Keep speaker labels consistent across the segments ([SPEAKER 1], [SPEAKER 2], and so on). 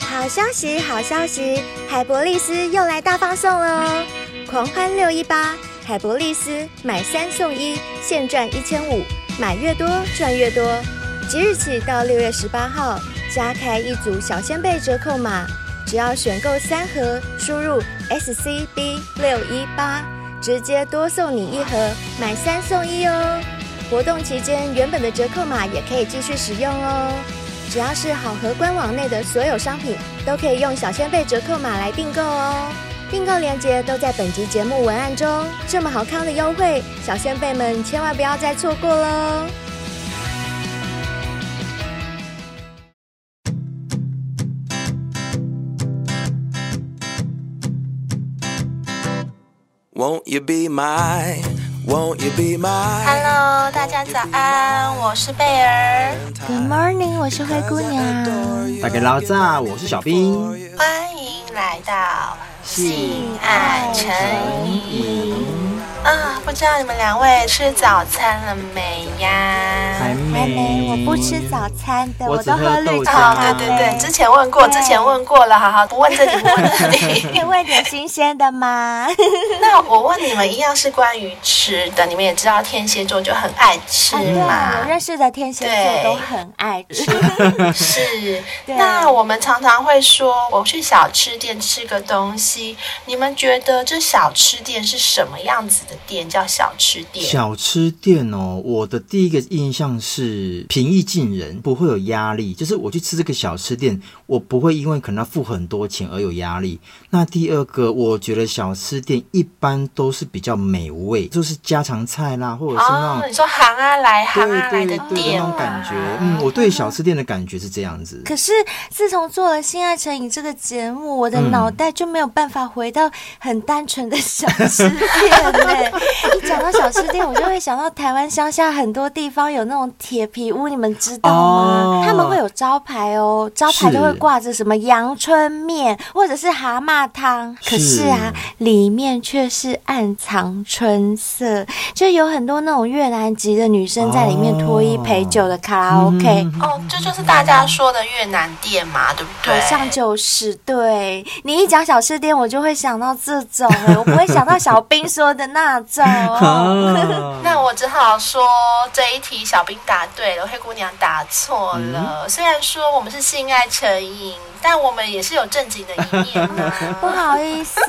[SPEAKER 1] 好消息，好消息！海博利斯又来大放送了哦！狂欢六一八，海博利斯买三送一，现赚一千五，买越多赚越多。即日起到六月十八号，加开一组小仙贝折扣码，只要选购三盒，输入 SCB 六一八，直接多送你一盒，买三送一哦。活动期间原本的折扣码也可以继续使用哦。只要是好和官网内的所有商品，都可以用小仙贝折扣码来订购哦。订购链接都在本集节目文案中。这么好康的优惠，小仙贝们千万不要再错过喽！
[SPEAKER 2] Won't you be my? Won't you be my?
[SPEAKER 3] Hello，大家早安，我是贝儿，
[SPEAKER 4] Good morning，我是灰姑娘。
[SPEAKER 5] 大家老早，我是小兵。
[SPEAKER 3] 欢迎来到性爱成瘾啊！不知道你们两位吃早餐了没呀？
[SPEAKER 4] 还
[SPEAKER 5] 还
[SPEAKER 4] 没，
[SPEAKER 5] 没，
[SPEAKER 4] 哎我不吃早餐的，
[SPEAKER 5] 我
[SPEAKER 4] 我都
[SPEAKER 5] 只喝
[SPEAKER 4] 喝绿
[SPEAKER 5] 豆
[SPEAKER 4] 茶
[SPEAKER 3] 哦
[SPEAKER 5] 浆，
[SPEAKER 4] 咖
[SPEAKER 3] 对
[SPEAKER 4] 啡。
[SPEAKER 3] 对对，之前问过，
[SPEAKER 4] 对
[SPEAKER 3] 之前问过了，好好，不问这题，不问那题。
[SPEAKER 4] 可以问哎点新鲜的 吗？
[SPEAKER 3] 那我问你们，一样是关于吃的，你们也知道天蝎座就很爱吃
[SPEAKER 4] 哎对，啊
[SPEAKER 3] 嘛
[SPEAKER 4] 我。认识的天蝎座
[SPEAKER 3] 对
[SPEAKER 4] 都很爱吃。
[SPEAKER 3] 是，
[SPEAKER 4] 对
[SPEAKER 3] 那我们常常会说，我去小吃店吃个东西，你们觉得这小吃店是什么样子的店叫小吃店？
[SPEAKER 5] 小吃店哦，我的第一个印象是平易近人，不会有压力。就是我去吃这个小吃店，我不会因为可能要付很多钱而有压力。那第二个，我觉得小吃店一般都是比较美味，就是家常菜啦，或者是那
[SPEAKER 3] 哦，
[SPEAKER 5] 种
[SPEAKER 3] 你说行啊来行啊来
[SPEAKER 5] 对对
[SPEAKER 3] 的
[SPEAKER 5] 对的
[SPEAKER 3] 店
[SPEAKER 5] 那
[SPEAKER 3] 嘛
[SPEAKER 5] 种感觉。嗯，我对小吃店的感觉是这样子。
[SPEAKER 4] 可是自从做了《性爱成瘾》这个节目，我的脑袋就没有办法回到很单纯的小吃店呢、一讲到小吃店，我就会想到台湾乡下很多地方有那种铁皮屋，你们知道吗？
[SPEAKER 5] 哦
[SPEAKER 4] 他们会有招牌哦，招牌
[SPEAKER 5] 是
[SPEAKER 4] 都会挂着什么阳春面或者是蛤蟆汤，可是啊，里面却是暗藏春色，就有很多那种越南籍的女生在里面脱衣陪酒的卡拉 OK。
[SPEAKER 3] 哦，这就是大家说的越南店嘛，对不对？
[SPEAKER 4] 好像就是对你一讲小吃店，我就会想到这种、 欸，我不会想到小兵说的那种、
[SPEAKER 5] 啊
[SPEAKER 3] 那我只好说这一题小兵答对了，灰姑娘答错了。
[SPEAKER 5] 嗯
[SPEAKER 3] 虽然说我们是性爱成瘾，但我们也是有正经的一面的。
[SPEAKER 4] 不好意思，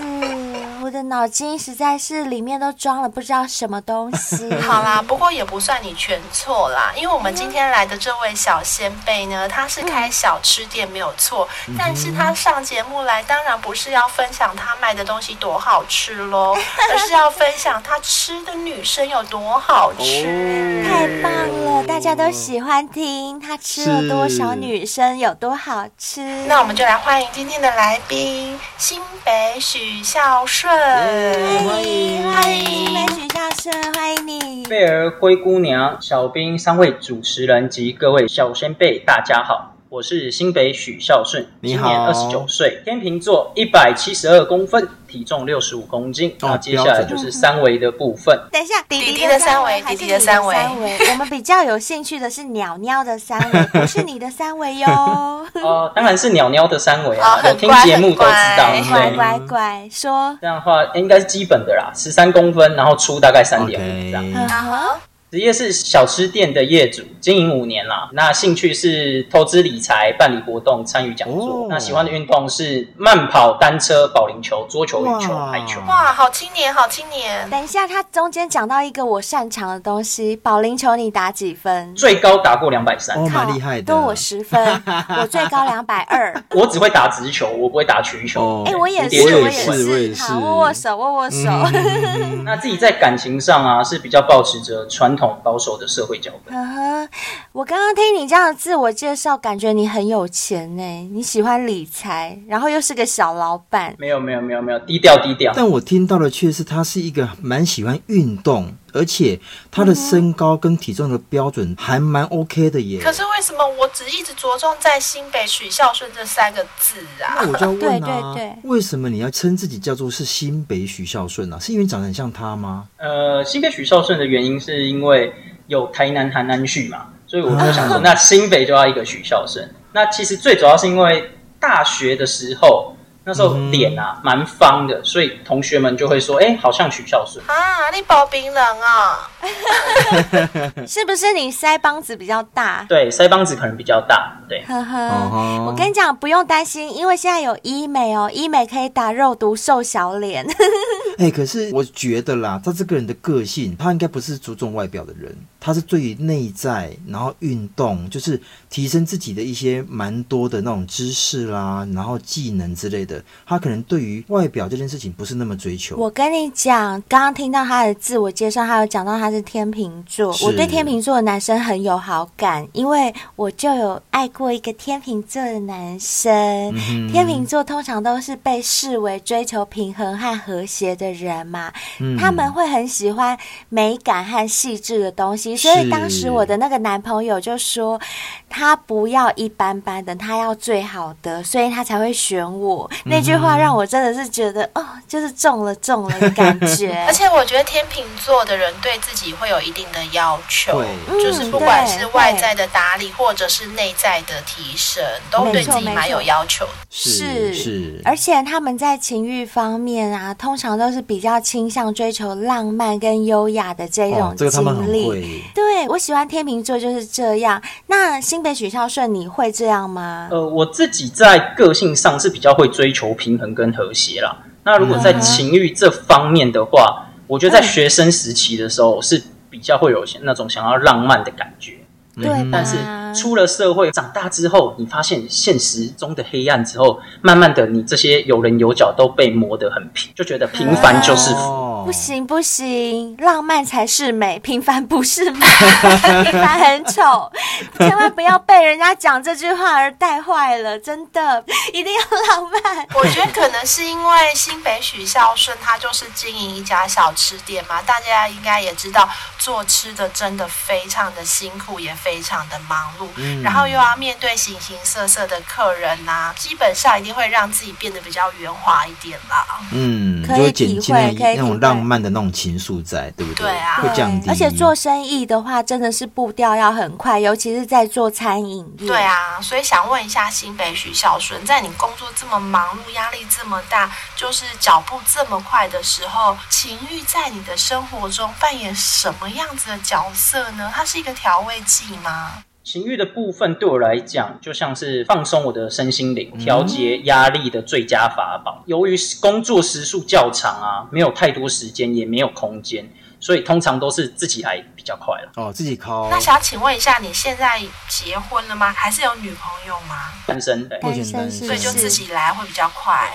[SPEAKER 4] 我的脑筋实在是里面都装了不知道什么东西。
[SPEAKER 3] 好啦，不过也不算你全错啦，因为我们今天来的这位小先辈呢，他是开小吃店没有错，但是他上节目来当然不是要分享他卖的东西多好吃喽，而是要分享他吃的女生有多好吃。
[SPEAKER 4] 太棒了，大家都喜欢听他吃了多少女生有多好吃。
[SPEAKER 3] 那我们就来欢迎今天的来宾，新北许孝顺。
[SPEAKER 5] 欢迎
[SPEAKER 4] 欢迎美许教授，欢迎你。
[SPEAKER 6] 贝儿、灰姑娘、小兵三位主持人及各位小先辈，大家好，我是新北许孝顺，
[SPEAKER 5] 你
[SPEAKER 6] 今
[SPEAKER 5] 好
[SPEAKER 6] 年二十九岁，天秤座，一百七十二公分，体重六十五公斤。
[SPEAKER 5] 哦
[SPEAKER 6] 那接下来
[SPEAKER 5] 标准
[SPEAKER 6] 就是三维的部分，
[SPEAKER 4] 等一下，弟
[SPEAKER 3] 弟的三维
[SPEAKER 4] 还是
[SPEAKER 3] 弟弟
[SPEAKER 4] 你
[SPEAKER 3] 的
[SPEAKER 4] 的
[SPEAKER 3] 三维
[SPEAKER 4] 维我们比较有兴趣的是鸟鸟的三维，不是你的三维哟。
[SPEAKER 6] 呃，当然是鸟鸟的三维
[SPEAKER 3] 嗯哦
[SPEAKER 6] 啊，有
[SPEAKER 3] 很
[SPEAKER 6] 听
[SPEAKER 3] 乖
[SPEAKER 6] 节目都知道，
[SPEAKER 3] 很
[SPEAKER 4] 乖
[SPEAKER 6] 对。
[SPEAKER 4] 乖乖，说。
[SPEAKER 6] 这样的话应该是基本的啦，十三公分，然后粗大概三点五这样。
[SPEAKER 5] ，OK，
[SPEAKER 4] 嗯
[SPEAKER 3] 啊
[SPEAKER 6] 职业是小吃店的业主，经营五年啦。那兴趣是投资理财、办理活动、参与讲
[SPEAKER 5] 哦
[SPEAKER 6] 座。那喜欢的运动是慢跑、单车、保龄球、桌球、羽球、
[SPEAKER 5] 哇
[SPEAKER 6] 排球。
[SPEAKER 3] 哇，好青年，好青年。
[SPEAKER 4] 等一下，他中间讲到一个我擅长的东西，保龄球你打几分？
[SPEAKER 6] 最高打过两百三，
[SPEAKER 5] 哦，
[SPEAKER 4] 靠
[SPEAKER 5] 蛮厉害的，
[SPEAKER 4] 多我十 分，我最高两百二。
[SPEAKER 6] 我只会打直球，我不会打曲球。
[SPEAKER 5] 哦
[SPEAKER 4] 哎，我也是，
[SPEAKER 6] 我也
[SPEAKER 4] 我
[SPEAKER 5] 是我也是嗯
[SPEAKER 4] 好，握握手，握握手。 嗯
[SPEAKER 6] 那自己在感情上啊，是比较保持着传统保守的社会脚本。
[SPEAKER 4] 嗯哼，我刚刚听你这样的自我介绍，感觉你很有钱呢、你喜欢理财，然后又是个小老板。
[SPEAKER 6] 没有没有没有没有，低调低调。
[SPEAKER 5] 但我听到的却是他是一个蛮喜欢运动，而且他的身高跟体重的标准还蛮 OK 的耶。
[SPEAKER 3] 可是为什么我只一直着重在新北许孝顺这三个字啊？
[SPEAKER 5] 那我就要问啊，
[SPEAKER 4] 对对
[SPEAKER 5] 为什么你要称自己叫做是新北许孝顺啊？是因为长得很像他吗？
[SPEAKER 6] 呃，新北许孝顺的原因是因为有台南韩南旭嘛，所以我就想说，那新北就要一个许孝顺。那其实最主要是因为大学的时候，那时候脸啊蛮方的，所以同学们就会说，哎、好像许孝顺。
[SPEAKER 3] 啊，你包冰冷啊！
[SPEAKER 4] 是不是你腮帮子比较大？
[SPEAKER 6] 对，腮帮子可能比较大，对，
[SPEAKER 4] 呵
[SPEAKER 5] 哦
[SPEAKER 4] 呵，
[SPEAKER 5] 吼
[SPEAKER 4] 呃我跟你讲，不用担心，因为现在有医美哦，医美可以打肉毒瘦小脸。
[SPEAKER 5] 哎、可是我觉得啦，他这个人的个性，他应该不是注重外表的人，他是对于内在，然后运动，就是提升自己的一些蛮多的那种知识啦，然后技能之类的。他可能对于外表这件事情不是那么追求。
[SPEAKER 4] 我跟你讲，刚刚听到他的自我介绍，他有讲到他是天秤座。
[SPEAKER 5] 是
[SPEAKER 4] 我对天秤座的男生很有好感，因为我就有爱过一个天秤座的男生。
[SPEAKER 5] 嗯哼
[SPEAKER 4] 天秤座通常都是被视为追求平衡和和谐的人嘛，
[SPEAKER 5] 嗯
[SPEAKER 4] 他们会很喜欢美感和细致的东西。所以
[SPEAKER 5] 是
[SPEAKER 4] 当时我的那个男朋友就说，他不要一般般的，他要最好的，所以他才会选
[SPEAKER 5] 嗯
[SPEAKER 4] 我。那句话让我真的是觉得，哦，就是中了中了的感觉。
[SPEAKER 3] 而且我觉得天秤座的人对自己会有一定的要求
[SPEAKER 5] 会，
[SPEAKER 4] 嗯
[SPEAKER 3] 就是不管是外在的打理，或者是内在的提升，都对自己蛮有要求的。
[SPEAKER 5] 是是，
[SPEAKER 4] 而且他们在情欲方面啊，通常都是比较倾向追求浪漫跟优雅的这
[SPEAKER 5] 哦
[SPEAKER 4] 种，
[SPEAKER 5] 这个他们
[SPEAKER 4] 经
[SPEAKER 5] 很
[SPEAKER 4] 历。
[SPEAKER 5] 会。
[SPEAKER 4] 对我喜欢天秤座就是这样。那新北许孝顺，你会这样吗？
[SPEAKER 6] 呃，我自己在个性上是比较会追求平衡跟和谐啦。那如果在情欲这方面的话，我觉得在学生时期的时候是比较会有那种想要浪漫的感觉，
[SPEAKER 5] 嗯
[SPEAKER 4] 对吧？
[SPEAKER 6] 但是出了社会、长大之后，你发现现实中的黑暗之后，慢慢的你这些有棱有角都被磨得很平，就觉得平凡就是福。
[SPEAKER 5] 哦
[SPEAKER 4] 不，行不行，浪漫才是美，平凡不是 美，平凡很丑，千万不要被人家讲这句话而带坏了，真的一定要浪漫。
[SPEAKER 3] 我觉得可能是因为新北许孝顺他就是经营一家小吃店嘛， 大家应该也知道，做吃的真的非常的辛苦，也非常的忙碌，然后又要面对形形色色的客人呐、基本上一定会让自己变得比较圆滑一点啦。
[SPEAKER 5] 嗯，
[SPEAKER 4] 可以
[SPEAKER 5] 就会减轻那
[SPEAKER 4] 体会可以
[SPEAKER 5] 那
[SPEAKER 4] 体
[SPEAKER 5] 种
[SPEAKER 4] 会
[SPEAKER 5] 浪漫的那种情愫在，对不
[SPEAKER 3] 对啊
[SPEAKER 5] 会降低。
[SPEAKER 4] 而且做生意的话，真的是步调要很快，尤其是在做餐饮业。
[SPEAKER 3] 对，啊，所以想问一下新北许孝顺，在你工作这么忙碌、压力这么大，就是脚步这么快的时候，情欲在你的生活中扮演什么样子的角色呢？它是一个调味剂吗？
[SPEAKER 6] 情欲的部分对我来讲，就像是放松我的身心灵、调节压力的最佳法宝。由于工作时数较长啊，没有太多时间，也没有空间，所以通常都是自己来比较快了。
[SPEAKER 5] 哦，自己抠，
[SPEAKER 3] 那想请问一下，你现在结婚了吗？还是有女朋友吗？
[SPEAKER 6] 单身，对
[SPEAKER 5] 目
[SPEAKER 4] 单
[SPEAKER 5] 前
[SPEAKER 4] 身
[SPEAKER 5] 单
[SPEAKER 4] 是
[SPEAKER 3] 所
[SPEAKER 5] 身
[SPEAKER 4] 不
[SPEAKER 3] 以就是自己来会比较快。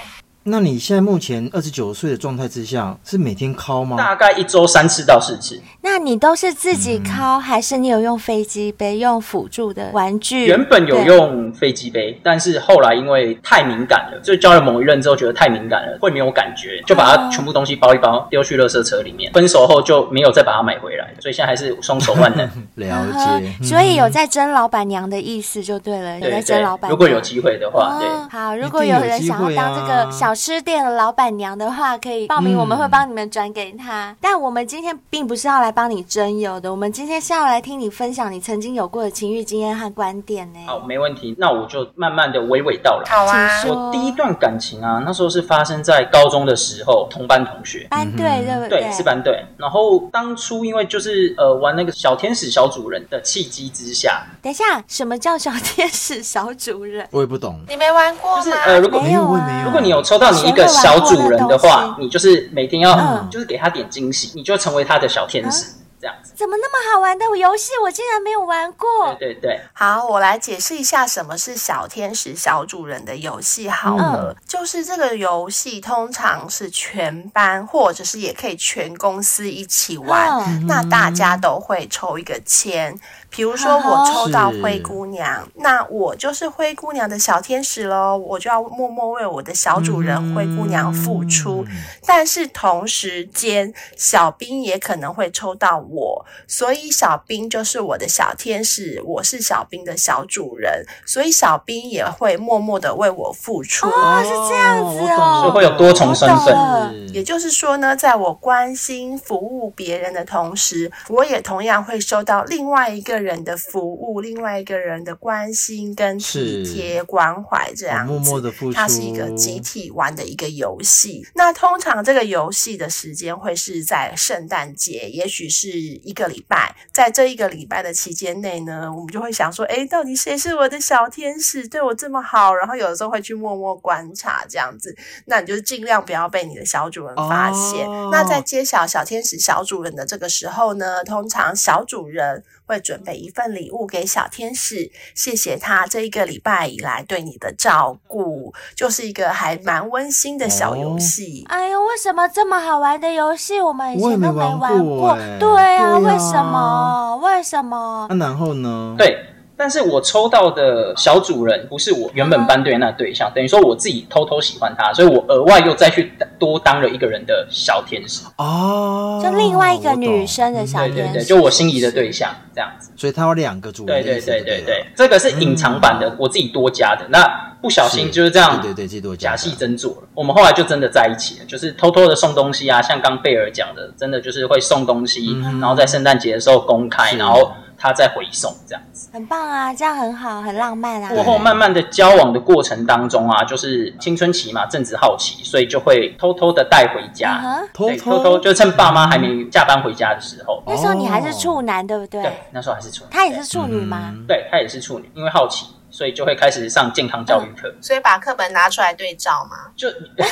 [SPEAKER 5] 那你现在目前二十九岁的状态之下，是每天敲吗？
[SPEAKER 6] 大概一周三次到四次。
[SPEAKER 4] 那你都是自己
[SPEAKER 5] 嗯
[SPEAKER 4] 敲，还是你有用飞机杯、用辅助的玩具？
[SPEAKER 6] 原本有
[SPEAKER 4] 对。
[SPEAKER 6] 用飞机杯，但是后来因为太敏感了，就交了某一任之后觉得太敏感了，会没有感觉，就把它全部东西包一包丢去垃圾车里面。
[SPEAKER 4] 哦
[SPEAKER 6] 分手后就没有再把它买回来，所以现在还是双手万 能。
[SPEAKER 5] 了
[SPEAKER 4] 呵
[SPEAKER 5] 解，嗯
[SPEAKER 4] 啊所以有在争老板娘的意思就对了，有
[SPEAKER 6] 对
[SPEAKER 4] 在争
[SPEAKER 6] 对
[SPEAKER 4] 老，板娘。
[SPEAKER 6] 如果有机会的话，对。
[SPEAKER 4] 哦，好，如
[SPEAKER 5] 一
[SPEAKER 4] 果
[SPEAKER 5] 定
[SPEAKER 4] 有
[SPEAKER 5] 有
[SPEAKER 4] 人
[SPEAKER 5] 机
[SPEAKER 4] 想要
[SPEAKER 5] 会
[SPEAKER 4] 当这个
[SPEAKER 5] 啊
[SPEAKER 4] 小吃店的老板娘的话，可以报名，
[SPEAKER 5] 嗯
[SPEAKER 4] 我们会帮你们转给他。但我们今天并不是要来帮你征友的，我们今天是要来听你分享你曾经有过的情欲经验和观点呢。
[SPEAKER 6] 好，没问题。那我就慢慢的娓娓道来。
[SPEAKER 3] 好啊，
[SPEAKER 4] 请说
[SPEAKER 6] 我第一段感情啊，那时候是发生在高中的时候，同班同学。
[SPEAKER 4] 班队对不
[SPEAKER 6] 对，是班队。然后当初因为就是呃玩那个小天使小主人的契机之下，
[SPEAKER 4] 等一下，什么叫小天使小主人？
[SPEAKER 5] 我也不懂。
[SPEAKER 3] 你没玩过
[SPEAKER 6] 就
[SPEAKER 3] 吗？
[SPEAKER 6] 是呃如果
[SPEAKER 4] 没有
[SPEAKER 5] 我也没
[SPEAKER 4] 啊，
[SPEAKER 5] 有
[SPEAKER 6] 如果你有抽到你一个小主人的话，你就是每天要、
[SPEAKER 4] 嗯
[SPEAKER 6] 就是给他点惊喜，你就成为他的小天使、这样子。
[SPEAKER 4] 怎么那么好玩的游戏，我竟然没有玩过？
[SPEAKER 6] 对对对，
[SPEAKER 3] 好，我来解释一下什么是小天使小主人的游戏好了。就是这个游戏通常是全班或者是也可以全公司一起玩，
[SPEAKER 4] 嗯
[SPEAKER 3] 那大家都会抽一个签。比如说我抽到灰姑娘，那我就是灰姑娘的小天使喽，我就要默默为我的小主人灰姑娘付
[SPEAKER 5] 嗯
[SPEAKER 3] 出。
[SPEAKER 6] 嗯
[SPEAKER 3] 但是同时间，小兵也可能会抽到我，所以小兵就是我的小天使，我是小兵的小主人，所以小兵也会默默的为我付出。
[SPEAKER 4] 哦，是这样子
[SPEAKER 5] 我懂
[SPEAKER 6] 所以
[SPEAKER 4] 哦，
[SPEAKER 6] 会有多重身
[SPEAKER 4] 我
[SPEAKER 6] 份
[SPEAKER 4] 懂。了
[SPEAKER 5] 是
[SPEAKER 3] 也就是说呢，在我关心服务别人的同时，我也同样会收到另外一个人的服务，另外一个人的关心跟体
[SPEAKER 5] 是
[SPEAKER 3] 贴关怀这样子。
[SPEAKER 5] 我哦默默的付出，
[SPEAKER 3] 它是一个集体玩的一个游戏。那通常这个游戏的时间会是在圣诞节，也许是一个礼拜。在这一个礼拜的期间内呢，我们就会想说，诶，到底谁是我的小天使，对我这么好？然后有的时候会去默默观察这样子。那你就尽量不要被你的小主人发现。
[SPEAKER 5] 哦
[SPEAKER 3] 那在揭晓小天使小主人的这个时候呢，通常小主人会准备一份礼物给小天使，谢谢他这一个礼拜以来对你的照顾，就是一个还蛮温馨的小游戏。
[SPEAKER 4] 哎呦，为什么这么好玩的游戏我们以前都没
[SPEAKER 5] 我也
[SPEAKER 4] 过？
[SPEAKER 5] 没玩过哎
[SPEAKER 4] 对啊，
[SPEAKER 5] 对啊
[SPEAKER 4] 为什么？为什么？
[SPEAKER 5] 那啊然后呢？
[SPEAKER 6] 对，但是我抽到的小主人不是我原本班队那对象，等于说我自己偷偷喜欢他，所以我额外又再去多当了一个人的小天使。
[SPEAKER 5] 哦，
[SPEAKER 4] 就另外一个
[SPEAKER 5] 我懂
[SPEAKER 4] 女生的小
[SPEAKER 5] 嗯
[SPEAKER 6] 对
[SPEAKER 4] 天
[SPEAKER 6] 对
[SPEAKER 4] 使
[SPEAKER 6] 对，就我心仪的对象这样子。
[SPEAKER 5] 所以它有两个主
[SPEAKER 6] 对
[SPEAKER 5] 人的
[SPEAKER 6] 对
[SPEAKER 5] 意思
[SPEAKER 6] 对
[SPEAKER 5] 就对
[SPEAKER 6] 对
[SPEAKER 5] 了
[SPEAKER 6] 对，这个是隐藏版的，我自己多加的。那不小心就是这样，
[SPEAKER 5] 对对对，记得我讲
[SPEAKER 6] 假戏真做了。我们后来就真的在一起了，就是偷偷的送东西啊，像刚贝尔讲的，真的就是会送东西，
[SPEAKER 5] 嗯
[SPEAKER 6] 然后在圣诞节的时候公开，
[SPEAKER 5] 是
[SPEAKER 6] 然后他再回送这样子。
[SPEAKER 4] 很棒啊，这样很好，很浪漫啊。
[SPEAKER 6] 过后慢慢的交往的过程当中啊，就是青春期嘛，正值好奇，所以就会偷偷的带回
[SPEAKER 4] 嗯
[SPEAKER 6] 家，
[SPEAKER 4] 哼
[SPEAKER 5] 偷
[SPEAKER 6] 对偷偷就趁爸妈还没下班回家的时候，
[SPEAKER 4] 那时候你还是处男，对不对？
[SPEAKER 6] 对，那时候还是处女，
[SPEAKER 4] 她也是处女吗？
[SPEAKER 5] 嗯
[SPEAKER 6] 对，对他也是处女，因为好奇，所以就会开始上健康教育课，
[SPEAKER 3] 所以把课本拿出来对照嘛，
[SPEAKER 6] 就
[SPEAKER 4] 嗯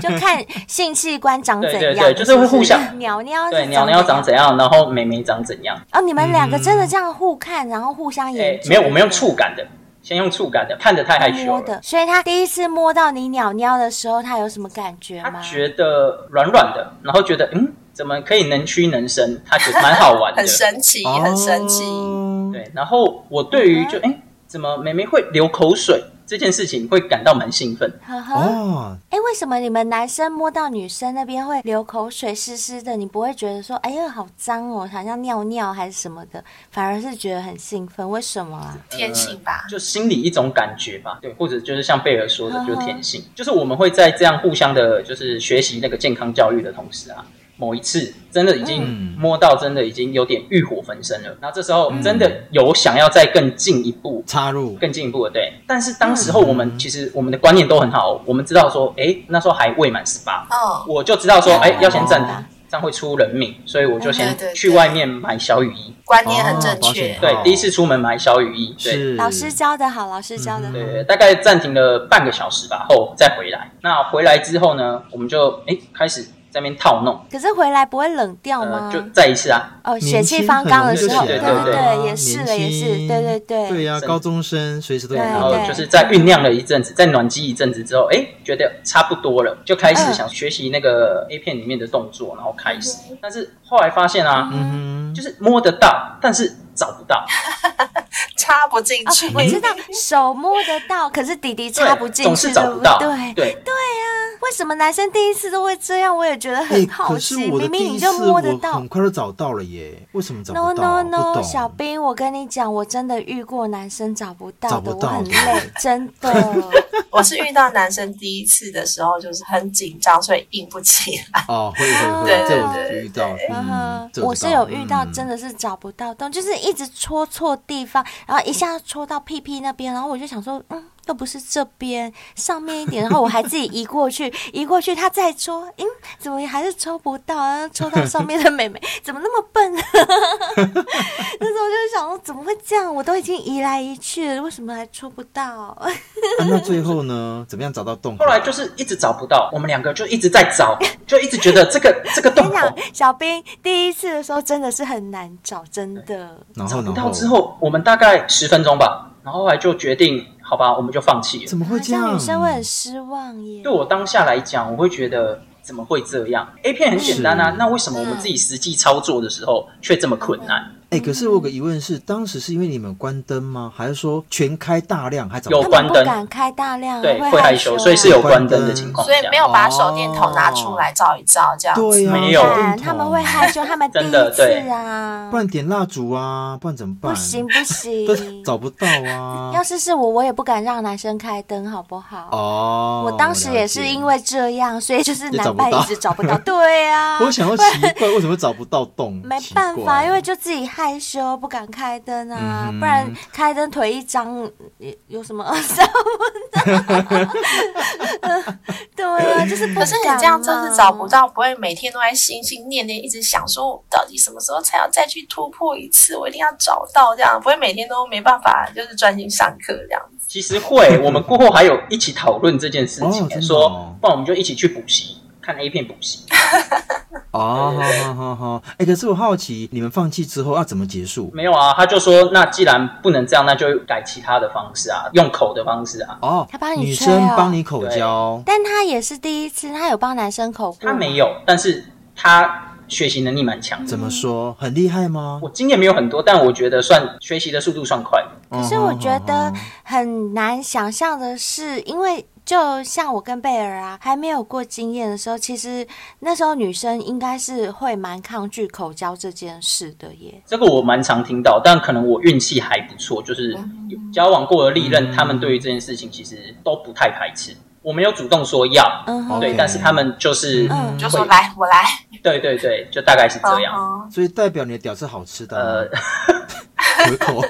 [SPEAKER 4] 就看性器官长怎样，
[SPEAKER 6] 嗯对对对就是会互相
[SPEAKER 4] 是不是鸟鸟
[SPEAKER 6] 对鸟鸟长
[SPEAKER 4] 怎样
[SPEAKER 6] 怎样，然后妹妹长怎样。
[SPEAKER 4] 哦，你们两个真的这样互看，然后互相
[SPEAKER 6] 哎、
[SPEAKER 4] 研究。
[SPEAKER 6] 没有，我们用触感的，先用触感的，看得太害羞
[SPEAKER 4] 摸
[SPEAKER 6] 了
[SPEAKER 4] 的。。所以他第一次摸到你鸟鸟的时候，他有什么感觉
[SPEAKER 6] 他
[SPEAKER 4] 吗？
[SPEAKER 6] 觉得软软的，然后觉得嗯，怎么可以能屈能伸？他觉得蛮好 玩的。
[SPEAKER 3] 很神奇，很神奇。
[SPEAKER 5] 哦
[SPEAKER 6] 对，然后我对
[SPEAKER 4] 嗯
[SPEAKER 6] 于就哎、怎么妹妹会流口水这件事情会感到蛮兴奋。
[SPEAKER 4] 呵呵。
[SPEAKER 5] 哦，
[SPEAKER 4] 哎，为什么你们男生摸到女生那边会流口水、湿湿的？你不会觉得说，哎呀，好脏哦，好像尿尿还是什么的，反而是觉得很兴奋。为什么啊？
[SPEAKER 3] 天性吧，
[SPEAKER 6] 就心里一种感觉吧，对，或者就是像贝尔说的，
[SPEAKER 4] 嗯
[SPEAKER 6] 就是天性，就是我们会在这样互相的，就是学习那个健康教育的同时啊，某一次真的已经
[SPEAKER 5] 嗯
[SPEAKER 6] 摸到，真的已经有点欲火焚身了，然后这时候真的有想要再更进一步。
[SPEAKER 5] 插入
[SPEAKER 6] 更进一步的对，但是当时候我们其实我们的观念都很好，我们知道说，哎，那时候还未满十八，
[SPEAKER 3] 哦，
[SPEAKER 6] 我就知道说，哎，要先暂停
[SPEAKER 4] 哦，
[SPEAKER 6] 这样会出人命，所以我就
[SPEAKER 3] 嗯
[SPEAKER 6] 先
[SPEAKER 3] 对对
[SPEAKER 6] 去外面买小雨衣，
[SPEAKER 3] 观念很正确
[SPEAKER 5] 哦。
[SPEAKER 6] 对，第一次出门买小雨衣，对，
[SPEAKER 5] 是
[SPEAKER 4] 老师教的好，老师教的好。
[SPEAKER 6] 对，大概暂停了半个小时吧，后再回来。那回来之后呢，我们就哎开始在那边套弄，
[SPEAKER 4] 可是回来不会冷掉
[SPEAKER 6] 呃，
[SPEAKER 4] 吗？
[SPEAKER 6] 就再一次啊，
[SPEAKER 4] 哦，血
[SPEAKER 5] 年轻
[SPEAKER 4] 气方刚的时候，
[SPEAKER 6] 很容易
[SPEAKER 4] 对
[SPEAKER 6] 就起来了
[SPEAKER 4] 对
[SPEAKER 5] 啊
[SPEAKER 4] 对，也是了，也
[SPEAKER 5] 年
[SPEAKER 4] 是，
[SPEAKER 5] 轻
[SPEAKER 4] 对对对。
[SPEAKER 5] 对呀，
[SPEAKER 6] 真的
[SPEAKER 5] 高中生随时都有
[SPEAKER 4] 对
[SPEAKER 6] 然
[SPEAKER 5] 可
[SPEAKER 6] 后
[SPEAKER 5] 能。
[SPEAKER 6] 就是在酝酿了一阵子，在暖机一阵子之后，哎，觉得差不多了，就开始
[SPEAKER 4] 嗯
[SPEAKER 6] 想学习那个 A 片里面的动作，然后开始。但是后来发现啊，
[SPEAKER 5] 嗯
[SPEAKER 6] 就是摸得到，但是找不到，
[SPEAKER 3] 插不进
[SPEAKER 4] 哦
[SPEAKER 3] 去，，
[SPEAKER 4] 我知道手摸得到，可是弟弟 插不进
[SPEAKER 6] 总
[SPEAKER 4] 去，
[SPEAKER 6] 是
[SPEAKER 4] 对
[SPEAKER 6] 找
[SPEAKER 4] 不
[SPEAKER 6] 不到，
[SPEAKER 4] 对？
[SPEAKER 6] 对，
[SPEAKER 4] 为什么男生第一次都会这样？我也觉得
[SPEAKER 5] 哎，
[SPEAKER 4] 很好
[SPEAKER 5] 可是
[SPEAKER 4] 奇，
[SPEAKER 5] 我的
[SPEAKER 4] 明
[SPEAKER 5] 第
[SPEAKER 4] 明
[SPEAKER 5] 一
[SPEAKER 4] 你
[SPEAKER 5] 次
[SPEAKER 4] 就摸得
[SPEAKER 5] 我
[SPEAKER 4] 到
[SPEAKER 5] 很。快就找到了耶，为什么找
[SPEAKER 4] No
[SPEAKER 5] 不
[SPEAKER 4] no
[SPEAKER 5] 到？不
[SPEAKER 4] no，
[SPEAKER 5] 懂。
[SPEAKER 4] 小兵，我跟你讲，我真的遇过男生找不到
[SPEAKER 5] 找
[SPEAKER 4] 的，
[SPEAKER 5] 不
[SPEAKER 4] 我
[SPEAKER 5] 到
[SPEAKER 4] 很
[SPEAKER 5] 的
[SPEAKER 4] 累，真 的。
[SPEAKER 3] 我是遇到男生第一次的时候，就是很紧张，所以硬不起来。
[SPEAKER 5] 哦，会会会，
[SPEAKER 4] 对
[SPEAKER 5] 这我就遇到，
[SPEAKER 4] 嗯
[SPEAKER 5] 嗯，这
[SPEAKER 4] 我
[SPEAKER 5] 知
[SPEAKER 4] 是
[SPEAKER 5] 道
[SPEAKER 4] 有遇到，
[SPEAKER 5] 嗯
[SPEAKER 4] 真的是找不到洞，就是一直戳错地方，然后一下戳到屁屁那边，然后我就想说，嗯，又不是这边，上面一点，然后我还自己移过去， 移过去，他再戳，嗯，怎么还是戳不到啊？戳到上面的妹妹，怎么那么笨？ 那时候我就想说，怎么会这样？我都已经移来移去了，为什么还戳不到？
[SPEAKER 5] 啊那最后呢？怎么样找到洞口？
[SPEAKER 6] 后来就是一直找不到，我们两个就一直在找，就一直觉得这 个这个
[SPEAKER 4] 跟
[SPEAKER 6] 洞
[SPEAKER 4] 你
[SPEAKER 6] 口
[SPEAKER 4] 讲，小兵第一次的时候真的是很难找，真的。
[SPEAKER 5] 然
[SPEAKER 6] 找
[SPEAKER 5] 后
[SPEAKER 6] 不
[SPEAKER 5] 然
[SPEAKER 6] 到之后，我们大概十分钟吧，然后后来就决定，好吧，我们就放弃了
[SPEAKER 5] 怎。么会
[SPEAKER 4] 啊
[SPEAKER 5] 这样？
[SPEAKER 4] 女生会很失望耶。
[SPEAKER 6] 对我当下来讲，我会觉得怎么会这样？A 片很简单啊
[SPEAKER 5] 是，
[SPEAKER 6] 那为什么我们自己实际操作的时候却这么困难？
[SPEAKER 5] 哎、可是我有
[SPEAKER 4] 嗯
[SPEAKER 5] 个疑问是，当时是因为你们关灯吗？还是说全开大量还找不
[SPEAKER 6] 有
[SPEAKER 4] 他
[SPEAKER 5] 到
[SPEAKER 4] 们
[SPEAKER 6] 关
[SPEAKER 4] 不
[SPEAKER 6] 灯
[SPEAKER 4] 敢开大量啊，
[SPEAKER 6] 对，
[SPEAKER 4] 会
[SPEAKER 6] 会害
[SPEAKER 4] 羞
[SPEAKER 6] 羞，
[SPEAKER 4] 啊，
[SPEAKER 6] 所以是有关灯的情况
[SPEAKER 3] 所
[SPEAKER 6] 下
[SPEAKER 3] 以。没有把手电筒拿出来照一照，这样子。
[SPEAKER 5] 对呀、
[SPEAKER 6] 没有
[SPEAKER 4] 不然啊他们会害羞，他们第一
[SPEAKER 6] 真的
[SPEAKER 4] 次啊
[SPEAKER 5] 不，然点蜡烛啊，不然怎么办？
[SPEAKER 4] 不行不
[SPEAKER 5] 都
[SPEAKER 4] 行，
[SPEAKER 5] 找不到 啊。
[SPEAKER 4] 要是是我，我也不敢让男生开灯，好不好？
[SPEAKER 5] 哦，
[SPEAKER 4] 我当时也是因为这样，所以就是
[SPEAKER 5] 也找
[SPEAKER 4] 男
[SPEAKER 5] 不
[SPEAKER 4] 伴
[SPEAKER 5] 到
[SPEAKER 4] 一直找不到，对啊
[SPEAKER 5] 了解，，我想要奇怪，为什么找不到洞？
[SPEAKER 4] 没
[SPEAKER 5] 奇
[SPEAKER 4] 办法，
[SPEAKER 5] 怪
[SPEAKER 4] 因为就自己害害羞，不敢开灯啊，
[SPEAKER 5] 嗯哼
[SPEAKER 4] 不然开灯腿一张，有有什么 二三 对啊，就是不
[SPEAKER 3] 可是你
[SPEAKER 4] 敢
[SPEAKER 3] 这样真
[SPEAKER 4] 啊
[SPEAKER 3] 是找不。到，不会每天都在心心念念，一直想说我到底什么时候才要再去突破一次，我一定要找到这样，不会每天都没办法就是专心上课这样子。
[SPEAKER 6] 其实会，我们过后还有一起讨论这件事情，欸
[SPEAKER 5] 哦真的哦
[SPEAKER 6] 说不然我们就一起去补习，看 A 片补习。
[SPEAKER 5] 哦，好好好好，哎、可是我好奇，你们放弃之后要怎么结束？
[SPEAKER 4] 嗯
[SPEAKER 6] 没有啊，他就说那既然不能这样，那就改其他的方式啊，用口的方式啊。
[SPEAKER 5] 哦，
[SPEAKER 4] 他帮你
[SPEAKER 5] 女
[SPEAKER 4] 吹哦
[SPEAKER 5] 生帮你口交，
[SPEAKER 4] 但他也是第一次，他有帮男生口部吗，
[SPEAKER 6] 他没有，但是他学习能力蛮强的。
[SPEAKER 5] 怎么说？很厉害吗？
[SPEAKER 6] 我经验没有很多，但我觉得算学习的速度算快的。
[SPEAKER 5] 可
[SPEAKER 4] 是我觉得
[SPEAKER 5] 嗯
[SPEAKER 4] 很难想象的是，因为就像我跟贝尔啊，还没有过经验的时候，其实那时候女生应该是会蛮抗拒口交这件事的耶。
[SPEAKER 6] 这个我蛮常听到，但可能我运气还不错，就是
[SPEAKER 4] 嗯
[SPEAKER 6] 有交往过的历任，
[SPEAKER 5] 嗯
[SPEAKER 6] 他们对于这件事情其实都不太排斥。我没有主动说要，
[SPEAKER 4] 嗯哼，
[SPEAKER 5] OK
[SPEAKER 6] 对，但是他们就是
[SPEAKER 4] 嗯哦
[SPEAKER 6] 会
[SPEAKER 3] 就说来，我来，
[SPEAKER 6] 对对对，就大概是这样。
[SPEAKER 3] 嗯
[SPEAKER 5] 所以代表你的屌是好吃的、
[SPEAKER 6] 呃，
[SPEAKER 5] 有 口，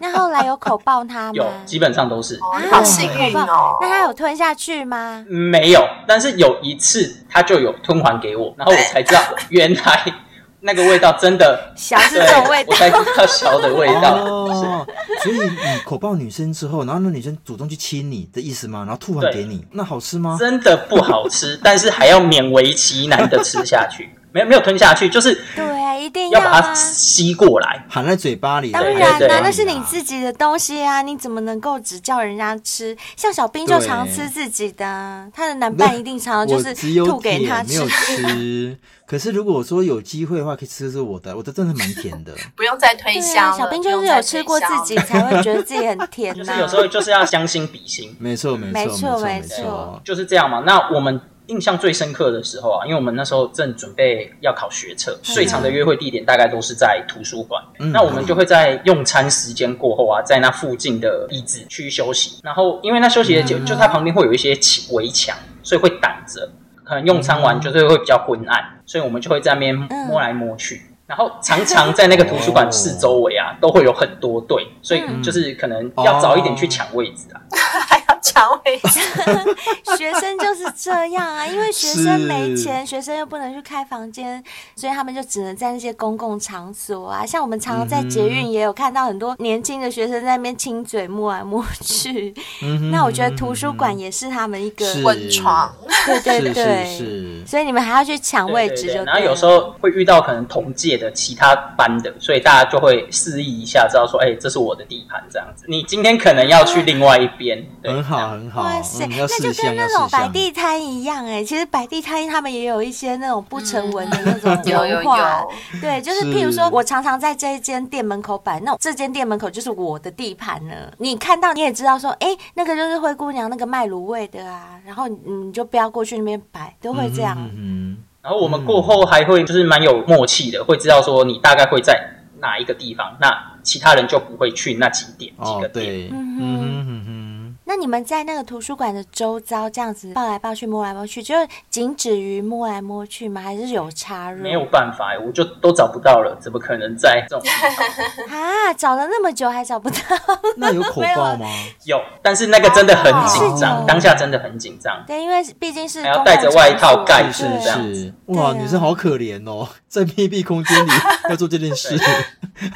[SPEAKER 4] 那后来有口爆他
[SPEAKER 6] 有
[SPEAKER 4] 吗？
[SPEAKER 6] 基本上都是
[SPEAKER 3] 哦你好幸运
[SPEAKER 4] 啊
[SPEAKER 3] 哦。
[SPEAKER 4] 那他有吞下去吗？
[SPEAKER 6] 没有，但是有一次他就有吞还给我，然后我才知道原来那个味道真的
[SPEAKER 4] 小是
[SPEAKER 6] 对
[SPEAKER 4] 这种味，
[SPEAKER 6] 我
[SPEAKER 4] 道，
[SPEAKER 6] 才知道小的味道。
[SPEAKER 5] 哦，所以你口爆女生之后，然后那女生主动去亲你的意思吗？然后吐完给你，那好吃吗？
[SPEAKER 6] 真的不好吃，但是还要勉为其难的吃下去，没有没有吞下去，就是
[SPEAKER 4] 对啊，一定
[SPEAKER 6] 要把
[SPEAKER 4] 啊
[SPEAKER 6] 它。吸过来。
[SPEAKER 5] 含在嘴巴里，啊
[SPEAKER 4] 当
[SPEAKER 6] 对
[SPEAKER 4] 然
[SPEAKER 6] 对
[SPEAKER 4] 啦、
[SPEAKER 6] 对
[SPEAKER 4] 那是你自己的东西啊，你怎么能够只叫人家吃？像小兵就
[SPEAKER 5] 对
[SPEAKER 4] 常吃自己的啊，他的男伴一定常常就
[SPEAKER 5] 我
[SPEAKER 4] 是
[SPEAKER 5] 只有
[SPEAKER 4] 吐给
[SPEAKER 5] 舔
[SPEAKER 4] 他
[SPEAKER 5] 没
[SPEAKER 4] 吃
[SPEAKER 5] 有。吃。可是如果我说有机会的话，可以吃吃我的，我的真的蛮甜 的。
[SPEAKER 3] 不用再推
[SPEAKER 4] 对
[SPEAKER 3] 销
[SPEAKER 4] 啊，
[SPEAKER 3] 了，
[SPEAKER 4] 小兵就是有吃过自己，才会觉得自己很甜
[SPEAKER 6] 就
[SPEAKER 4] 呐、
[SPEAKER 6] 是有 时候就是要将心比心，
[SPEAKER 5] 没错，没
[SPEAKER 4] 没
[SPEAKER 5] 错，
[SPEAKER 4] 错没
[SPEAKER 5] 没错
[SPEAKER 4] 错。
[SPEAKER 6] 就是这样嘛。那我们印象最深刻的时候啊，因为我们那时候正准备要考学测，最长的约会地点大概都是在图书馆。
[SPEAKER 5] 嗯
[SPEAKER 6] 那我们就会在用餐时间过后啊，在那附近的椅子区休息。然后因为那休息的就、就它旁边会有一些起围墙，所以会挡着。可能用餐完就是会比较昏暗，所以我们就会在那边
[SPEAKER 4] 嗯
[SPEAKER 6] 摸来摸去。然后常常在那个图书馆四周围啊，都会有很多队，所以就是可能要早一点去抢位置啊。
[SPEAKER 3] 还要肠 胃镜。
[SPEAKER 4] 学生就是这样啊，因为学生没钱，学生又不能去开房间，所以他们就只能在那些公共场所啊。像我们常常在捷
[SPEAKER 5] 嗯
[SPEAKER 4] 运也有看到很多年轻的学生在那边亲嘴摸来摸去。
[SPEAKER 5] 嗯哼
[SPEAKER 4] 那我觉得图书馆也是他们一个，
[SPEAKER 5] 是
[SPEAKER 3] 问 床，
[SPEAKER 4] 对对
[SPEAKER 5] 是
[SPEAKER 4] 对，
[SPEAKER 5] 是是。
[SPEAKER 4] 所以你们还要去抢位置
[SPEAKER 6] 对
[SPEAKER 4] 就
[SPEAKER 6] 对对
[SPEAKER 4] 对
[SPEAKER 6] 然后有时
[SPEAKER 4] 了
[SPEAKER 6] 候会遇到可能同届的其他班的，所以大家就会示意一下，知道说，哎、这是我的地盘，这样子。你今天可能要去另外一边，对啊
[SPEAKER 5] 很好，很好，
[SPEAKER 4] 哇塞，
[SPEAKER 5] 嗯要
[SPEAKER 4] 那就
[SPEAKER 5] 试
[SPEAKER 4] 跟
[SPEAKER 5] 香，要
[SPEAKER 4] 那
[SPEAKER 5] 试
[SPEAKER 4] 种摆
[SPEAKER 5] 香。
[SPEAKER 4] 地摊一样哎、其实摆地摊他们也有一些那种不成文 的那种
[SPEAKER 3] 有有
[SPEAKER 4] 文化，
[SPEAKER 3] 有
[SPEAKER 4] 对，就是是譬如说，我常常在这一间店门口摆，那这间店门口就是我的地盘了。你看到你也知道说，哎、那个就是灰姑娘那个卖卤味的啊，然后你你就不要过去那边摆，都会这样。
[SPEAKER 5] 嗯
[SPEAKER 6] 然后我们过后还会就是蛮有默契的，会知道说你大概会在哪一个地方，那其他人就不会去那几点
[SPEAKER 5] 哼，
[SPEAKER 6] 几个
[SPEAKER 5] 哦，
[SPEAKER 6] 点。
[SPEAKER 5] 对，嗯哼嗯哼哼，
[SPEAKER 4] 那你们在那个图书馆的周遭这样子抱来抱去、摸来摸去，就是仅止于摸来摸去吗？还是有插入？
[SPEAKER 6] 没有办法，我就都找不到了，怎么可能在这种地方
[SPEAKER 4] 啊，找了那么久还找不到。
[SPEAKER 5] 那有口爆
[SPEAKER 4] 啊
[SPEAKER 5] 吗？
[SPEAKER 6] 有？但是那个真的很紧
[SPEAKER 4] 是
[SPEAKER 6] 张，
[SPEAKER 4] 哦
[SPEAKER 6] 当下真的很紧张。
[SPEAKER 4] 对，因为毕竟是
[SPEAKER 6] 还要
[SPEAKER 4] 公共
[SPEAKER 6] 带着外
[SPEAKER 4] 场所
[SPEAKER 6] 套盖住
[SPEAKER 5] 是
[SPEAKER 6] 这样
[SPEAKER 4] 对
[SPEAKER 5] 是，哇，
[SPEAKER 4] 对啊
[SPEAKER 5] 女生好可怜哦，在密闭空间 里要做这件事，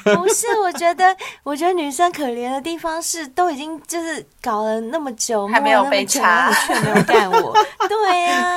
[SPEAKER 4] 不是，我觉得，我觉得女生可怜的地方是，都已经就是搞了那么久，
[SPEAKER 3] 还没有被
[SPEAKER 4] 查，
[SPEAKER 3] 查
[SPEAKER 4] 你却没有干 我。对呀、啊，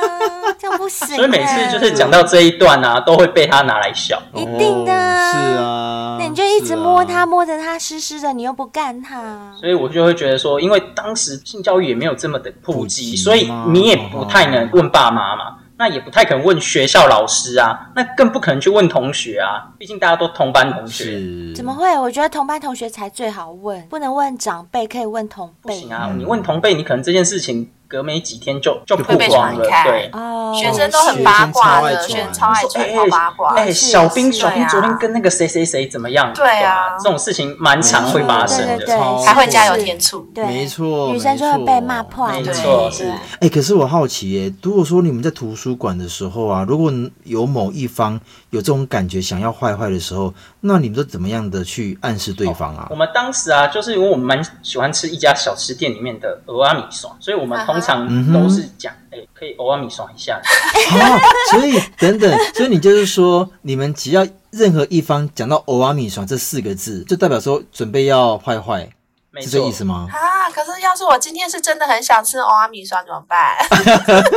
[SPEAKER 4] 这样不行、哎
[SPEAKER 6] 所以每次就是。讲到这一段啊，都会被他拿来笑。
[SPEAKER 4] 一定的
[SPEAKER 5] 哦
[SPEAKER 4] 啊
[SPEAKER 5] 是啊，
[SPEAKER 4] 那你就一直
[SPEAKER 5] 是啊
[SPEAKER 4] 摸她，，摸着她湿湿的，你又不干她。
[SPEAKER 6] 所以我就会觉得说，因为当时性教育也没有这么的普
[SPEAKER 5] 普及
[SPEAKER 6] 及，所以你也不太能问爸妈嘛，那也不太可能问学校老师啊，那更不可能去问同学啊，毕竟大家都同班同学，
[SPEAKER 5] 是
[SPEAKER 4] 怎么？会？我觉得同班同学才最好问，不能问长辈，可以问同
[SPEAKER 6] 不
[SPEAKER 4] 辈
[SPEAKER 6] 行。啊！
[SPEAKER 5] 嗯
[SPEAKER 6] 你问同辈，你可能这件事情隔没几天就就曝
[SPEAKER 5] 会被嗯
[SPEAKER 6] 光了
[SPEAKER 3] 传，开
[SPEAKER 6] 对。
[SPEAKER 4] 哦，
[SPEAKER 3] 学生都很八卦
[SPEAKER 6] 哦
[SPEAKER 3] 的，
[SPEAKER 5] 是
[SPEAKER 3] 学生超爱
[SPEAKER 6] 说
[SPEAKER 3] 传超八卦。
[SPEAKER 6] 哎、
[SPEAKER 4] 是
[SPEAKER 6] 小兵，
[SPEAKER 3] 是
[SPEAKER 6] 小兵
[SPEAKER 3] 啊
[SPEAKER 6] 昨天跟那个谁谁谁怎么样？
[SPEAKER 3] 对啊
[SPEAKER 6] 哇这种事情蛮常会发生的。
[SPEAKER 4] 对对对
[SPEAKER 5] 超
[SPEAKER 3] 还会加油添醋。
[SPEAKER 4] 对，
[SPEAKER 5] 没错
[SPEAKER 4] 女生就会被骂破，
[SPEAKER 6] 没
[SPEAKER 3] 对
[SPEAKER 6] 错，
[SPEAKER 3] 对
[SPEAKER 6] 是
[SPEAKER 5] 哎、可是我好奇耶、如果说你们在图书馆的时候啊，如果有某一方有这种感觉想要坏坏的时候，那你们都怎么样的去暗示对方 啊
[SPEAKER 6] 我？们当时啊，就是因为我们蛮喜欢吃一家小吃店里面的俄阿米爽，所以我们通常
[SPEAKER 5] 嗯哼
[SPEAKER 6] 都是讲，哎、可以俄阿米爽一下。
[SPEAKER 5] 好、啊所以等等，所以你就是说，你们只要任何一方讲到“欧阿米爽”这四个字，就代表说准备要坏坏，
[SPEAKER 6] 没
[SPEAKER 5] 是这
[SPEAKER 6] 错
[SPEAKER 5] 意，思吗？
[SPEAKER 3] 啊！可是要是我今天是真的很想吃欧阿米刷怎么 办？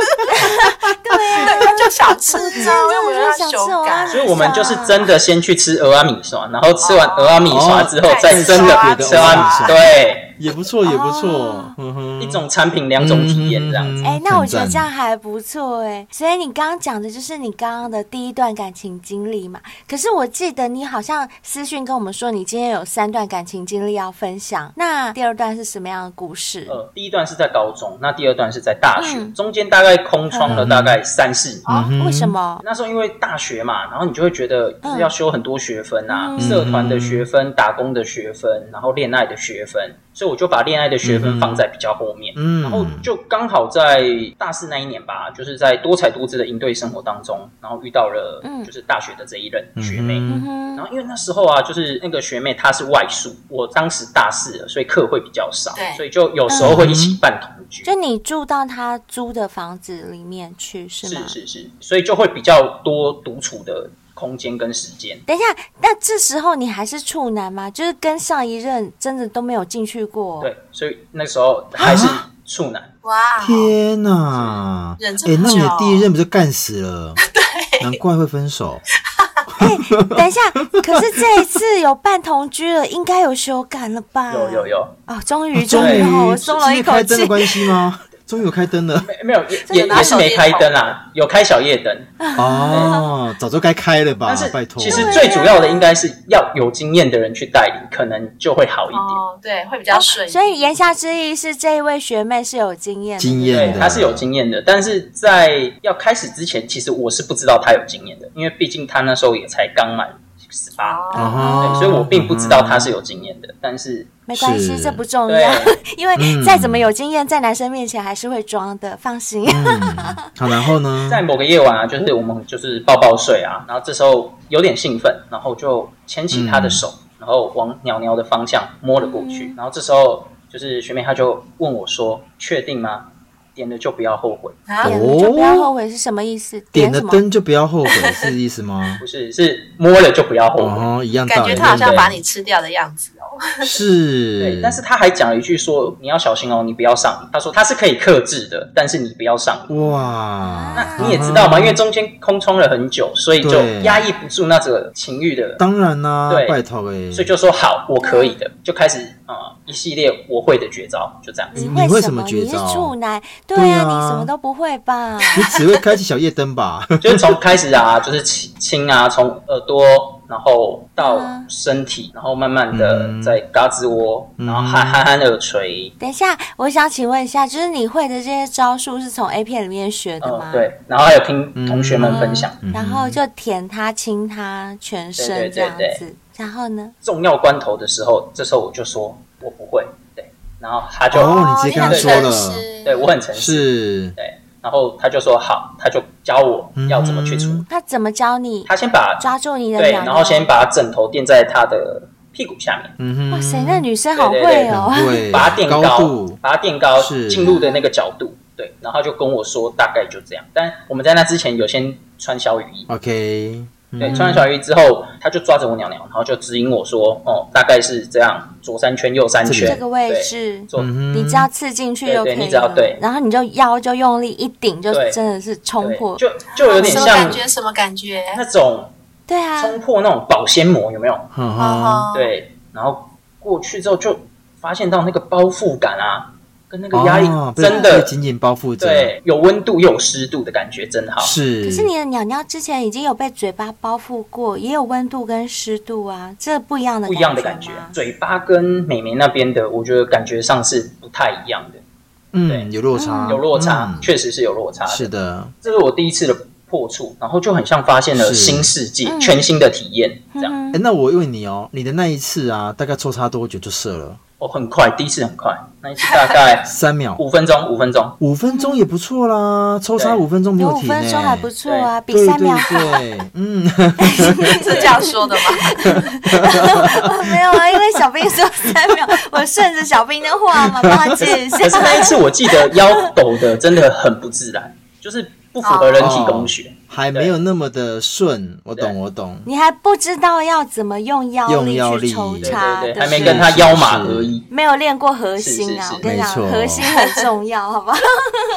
[SPEAKER 3] 对呀、他就想吃啊，我又没有要修改。
[SPEAKER 6] 所以我们就是真的先去吃俄阿米爽，然后吃完俄阿米爽之后，
[SPEAKER 3] 哦
[SPEAKER 6] 再真的
[SPEAKER 3] 再
[SPEAKER 5] 吃
[SPEAKER 6] 吃
[SPEAKER 5] 俄阿
[SPEAKER 6] 阿米
[SPEAKER 5] 米爽
[SPEAKER 6] 爽，对，
[SPEAKER 5] 也不错，也不错
[SPEAKER 4] 哦，
[SPEAKER 5] 嗯哼
[SPEAKER 6] 一种产品两种体验这样子。
[SPEAKER 4] 哎、那我觉得
[SPEAKER 5] 很赞
[SPEAKER 4] 这样还不错哎、所以你刚刚讲的就是你刚刚的第一段感情经历嘛。可是我记得你好像私讯跟我们说，你今天有三段感情经历要分享。那第二段是什么样的故事？
[SPEAKER 6] 呃，第一段是在高中，那第二段是在大学，
[SPEAKER 4] 嗯
[SPEAKER 6] 中间大概空窗了大概三四年。
[SPEAKER 4] 哦，
[SPEAKER 5] 嗯哼
[SPEAKER 4] 为什么？
[SPEAKER 6] 那时候因为大学嘛，然后你就会觉得就是要修很多学分啊，
[SPEAKER 4] 嗯
[SPEAKER 6] 社团的学分、打工的学分，然后恋爱的学分，所以我就把恋爱的学分放在比较后面。
[SPEAKER 5] 嗯，
[SPEAKER 6] 然后就刚好在大四那一年吧，就是在多彩多姿的营队生活当中，然后遇到了
[SPEAKER 4] 嗯
[SPEAKER 6] 就是大学的这一任学妹。
[SPEAKER 5] 嗯
[SPEAKER 4] 嗯哼，
[SPEAKER 6] 然后因为那时候啊，就是那个学妹她是外宿，我当时大四了，所以课会比较少
[SPEAKER 3] 对，
[SPEAKER 6] 所以就有时候会一起办同居。
[SPEAKER 4] 就你住到他租的房子里面去是吗？
[SPEAKER 6] 是是是，所以就会比较多独处的空间跟时间。
[SPEAKER 4] 等一下，那这时候你还是处男吗？就是跟上一任真的都没有进去过。
[SPEAKER 6] 对，所以那时候还是处男。
[SPEAKER 3] 哇，哦
[SPEAKER 5] 天哪！
[SPEAKER 3] 忍这
[SPEAKER 5] 哎、
[SPEAKER 3] 么
[SPEAKER 5] 那
[SPEAKER 3] 久
[SPEAKER 5] 你的第一任不就干死 了？难怪会分手。
[SPEAKER 4] 等一下，可是这一次有伴同居了，应该有修改了吧？
[SPEAKER 6] 有有有，
[SPEAKER 4] 哦，终于
[SPEAKER 5] 终
[SPEAKER 4] 终
[SPEAKER 5] 于
[SPEAKER 4] 于哦，我松了
[SPEAKER 5] 是因
[SPEAKER 4] 一
[SPEAKER 5] 为
[SPEAKER 4] 口
[SPEAKER 5] 开灯
[SPEAKER 4] 气
[SPEAKER 5] 的。关系吗？终于有开 灯了
[SPEAKER 6] 没没有也
[SPEAKER 3] 这
[SPEAKER 6] 也
[SPEAKER 3] 有拿
[SPEAKER 6] 也是
[SPEAKER 3] 手
[SPEAKER 6] 没
[SPEAKER 3] 电
[SPEAKER 6] 开
[SPEAKER 3] 筒
[SPEAKER 6] 灯啊，有开小夜灯，
[SPEAKER 5] 哦，早就该开了吧
[SPEAKER 6] 但是？
[SPEAKER 5] 拜托，啊
[SPEAKER 6] 其实最主要的应该是要有经验的人去带领，可能就会好一点。
[SPEAKER 3] 哦，对，会比较顺。
[SPEAKER 4] 所以言下之意是，这一位学妹是有经验的。
[SPEAKER 5] 经
[SPEAKER 6] 对
[SPEAKER 5] 验，的
[SPEAKER 6] 他是有经验的，但是在要开始之前，其实我是不知道他有经验的，因为毕竟他那时候也才刚满十八，
[SPEAKER 3] 哦，
[SPEAKER 5] 啊
[SPEAKER 6] 对，所以我并不知道他是有经验的。但是
[SPEAKER 4] 没关系，
[SPEAKER 5] 是
[SPEAKER 4] 这不重
[SPEAKER 6] 对
[SPEAKER 4] 要， 因为再
[SPEAKER 5] 嗯
[SPEAKER 4] 怎么有经验，在男生面前还是会装的，放心。
[SPEAKER 5] 嗯，好，然后呢？
[SPEAKER 6] 在某个夜晚啊，就是我们就是抱抱睡啊，然后这时候有点兴奋，然后就牵起他的手，
[SPEAKER 5] 嗯
[SPEAKER 6] 然后往鸟鸟的方向摸了过去。然后这时候就是学妹，她就问我说：“确定吗？点了就不要后悔。
[SPEAKER 3] 啊
[SPEAKER 5] 哦
[SPEAKER 4] 点了就不要后悔是什么意思？
[SPEAKER 5] 点了
[SPEAKER 4] 什么？
[SPEAKER 5] 灯就不要后悔，是意思吗”？
[SPEAKER 6] 不是，是摸了就不要后悔。
[SPEAKER 5] 哦，一样
[SPEAKER 3] 感
[SPEAKER 5] 道
[SPEAKER 3] 觉
[SPEAKER 5] 理。
[SPEAKER 3] 他好像
[SPEAKER 5] 对
[SPEAKER 3] 把你吃掉的样子哦。
[SPEAKER 5] 是
[SPEAKER 6] 对，，但是她还讲了一句说：“你要小心哦，你不要上瘾。”她说她是可以克制的，但是你不要上瘾。
[SPEAKER 5] 哇，
[SPEAKER 6] 那你也知道嘛，因为中间空窗了很久，所以就
[SPEAKER 5] 啊对
[SPEAKER 6] 压抑不住那个情欲的
[SPEAKER 5] 当然啦
[SPEAKER 6] 对，
[SPEAKER 5] 拜托哎，
[SPEAKER 6] 所以就说好，我可以的，就开始啊、呃一系列我会的绝招，就这样子。
[SPEAKER 4] 你
[SPEAKER 5] 你会
[SPEAKER 4] 什
[SPEAKER 5] 什
[SPEAKER 4] 么？
[SPEAKER 5] 么
[SPEAKER 4] 你
[SPEAKER 5] 绝
[SPEAKER 4] 是
[SPEAKER 5] 招
[SPEAKER 4] 处男，对
[SPEAKER 5] 对
[SPEAKER 4] 啊，
[SPEAKER 5] 啊
[SPEAKER 4] 你什么都不会吧？
[SPEAKER 5] 你只会开启小夜灯吧？
[SPEAKER 6] 就是从开始啊，就是亲亲啊，从耳朵，然后到身体，然后慢慢的
[SPEAKER 5] 嗯
[SPEAKER 6] 在嘎吱窝，然后憨憨憨耳垂，
[SPEAKER 4] 等一下，我想请问一下，就是你会的这些招数是从 A 片里面学的吗？嗯
[SPEAKER 6] 嗯，对，然后还有
[SPEAKER 5] 嗯
[SPEAKER 6] 听同学们分享。
[SPEAKER 4] 然后就舔他、亲他全
[SPEAKER 6] 对
[SPEAKER 4] 身
[SPEAKER 6] 对
[SPEAKER 4] 这样
[SPEAKER 6] 对
[SPEAKER 4] 子。然后呢？
[SPEAKER 6] 重要关头的时候，这时候我就说我不会，对，然后他就、
[SPEAKER 5] 哦你直接跟他说了
[SPEAKER 3] 你很诚实
[SPEAKER 6] 对我很诚实，
[SPEAKER 5] 是，
[SPEAKER 6] 对，然后他就说好，他就教我要怎么去处理。
[SPEAKER 5] 嗯
[SPEAKER 4] 他怎么教你？
[SPEAKER 6] 他先把
[SPEAKER 4] 抓住你的
[SPEAKER 6] 对，
[SPEAKER 4] 两个
[SPEAKER 6] 然后先把枕头垫在他的屁股下面，
[SPEAKER 5] 嗯哼，
[SPEAKER 4] 哇塞，那女生
[SPEAKER 6] 对
[SPEAKER 4] 好
[SPEAKER 6] 对
[SPEAKER 4] 会
[SPEAKER 6] 对
[SPEAKER 4] 哦！
[SPEAKER 5] 对，
[SPEAKER 6] 把它垫
[SPEAKER 5] 高
[SPEAKER 6] 高
[SPEAKER 5] 度，，
[SPEAKER 6] 把它垫高，
[SPEAKER 5] 是
[SPEAKER 6] 进入的那个角度，对，然后就跟我说大概就这样。但我们在那之前有先穿小雨衣，
[SPEAKER 5] OK，嗯
[SPEAKER 6] 对，穿完小雨衣之后，他就抓着我鸟鸟，然后就指引我说，哦，大概是这样，左三圈，右三
[SPEAKER 5] 这
[SPEAKER 6] 圈，
[SPEAKER 5] 里
[SPEAKER 4] 这个位
[SPEAKER 6] 对，
[SPEAKER 4] 置，
[SPEAKER 6] 做
[SPEAKER 5] 嗯哼
[SPEAKER 4] 你只要刺进去就可
[SPEAKER 6] 对对
[SPEAKER 4] 以
[SPEAKER 6] 你只要
[SPEAKER 4] 了
[SPEAKER 6] 对。
[SPEAKER 4] 然后你就腰就用力一顶，就
[SPEAKER 6] 对
[SPEAKER 4] 真的是冲
[SPEAKER 6] 对
[SPEAKER 4] 破。
[SPEAKER 6] 就就有点
[SPEAKER 3] 什么
[SPEAKER 6] 像
[SPEAKER 3] 感觉？什么感觉？
[SPEAKER 6] 那种
[SPEAKER 4] 对啊，
[SPEAKER 6] 冲破那种保鲜膜，有没有？
[SPEAKER 5] 哼哼，
[SPEAKER 3] 哦，
[SPEAKER 6] 对，然后过去之后就发现到那个包覆感啊，跟那个压力
[SPEAKER 5] 哦被
[SPEAKER 6] 真的
[SPEAKER 5] 被紧紧包覆着，
[SPEAKER 6] 对，有温度又有湿度的感觉真好。
[SPEAKER 5] 是，
[SPEAKER 4] 可是你的鸟鸟之前已经有被嘴巴包覆过，也有温度跟湿度啊，这不一样的
[SPEAKER 6] 不一样的感觉
[SPEAKER 4] 觉吗。啊
[SPEAKER 6] 嘴巴跟美眉那边的，我觉得感觉上是不太一样的。
[SPEAKER 5] 嗯，
[SPEAKER 6] 对
[SPEAKER 5] 有落差，
[SPEAKER 6] 有落差，
[SPEAKER 5] 嗯
[SPEAKER 6] 确实是有落差的。
[SPEAKER 5] 是的，
[SPEAKER 6] 这是我第一次的破处，然后就很像发现了
[SPEAKER 5] 是
[SPEAKER 6] 新世界、
[SPEAKER 4] 嗯
[SPEAKER 6] 全新的体验，这样。
[SPEAKER 4] 嗯
[SPEAKER 5] 哎，那我问你哦，你的那一次啊，大概抽插多久就射了？
[SPEAKER 6] 哦，很快，第一次很快，那一次大 概
[SPEAKER 5] 三秒，
[SPEAKER 6] 五分钟，五分钟。
[SPEAKER 5] 五分钟也不错啦，抽插
[SPEAKER 6] 对
[SPEAKER 5] 五分钟没
[SPEAKER 4] 有
[SPEAKER 5] 有
[SPEAKER 4] 五
[SPEAKER 5] 停呢欸
[SPEAKER 4] 分钟还不错啊，比
[SPEAKER 5] 对
[SPEAKER 4] 三秒
[SPEAKER 5] 对对， 嗯，
[SPEAKER 3] 是这样说的吗？
[SPEAKER 4] 没有啊，因为小兵说三秒，我顺着小兵的话嘛，帮他解一下
[SPEAKER 6] 可。是那一次我记得腰抖的真的很不自然，就是不符合人体工学。
[SPEAKER 5] 还没有那么的顺，我懂，
[SPEAKER 6] 对
[SPEAKER 5] 我懂。
[SPEAKER 4] 你还不知道要怎么用腰力
[SPEAKER 5] 用腰力
[SPEAKER 4] 去抽
[SPEAKER 6] 对
[SPEAKER 4] 插，
[SPEAKER 6] 对
[SPEAKER 4] 不
[SPEAKER 6] 对，还没跟他腰马合一。
[SPEAKER 4] 没有练过核心啊，
[SPEAKER 6] 是是是
[SPEAKER 4] 我跟你讲，
[SPEAKER 5] 没错
[SPEAKER 4] 核心很重 要，好不好？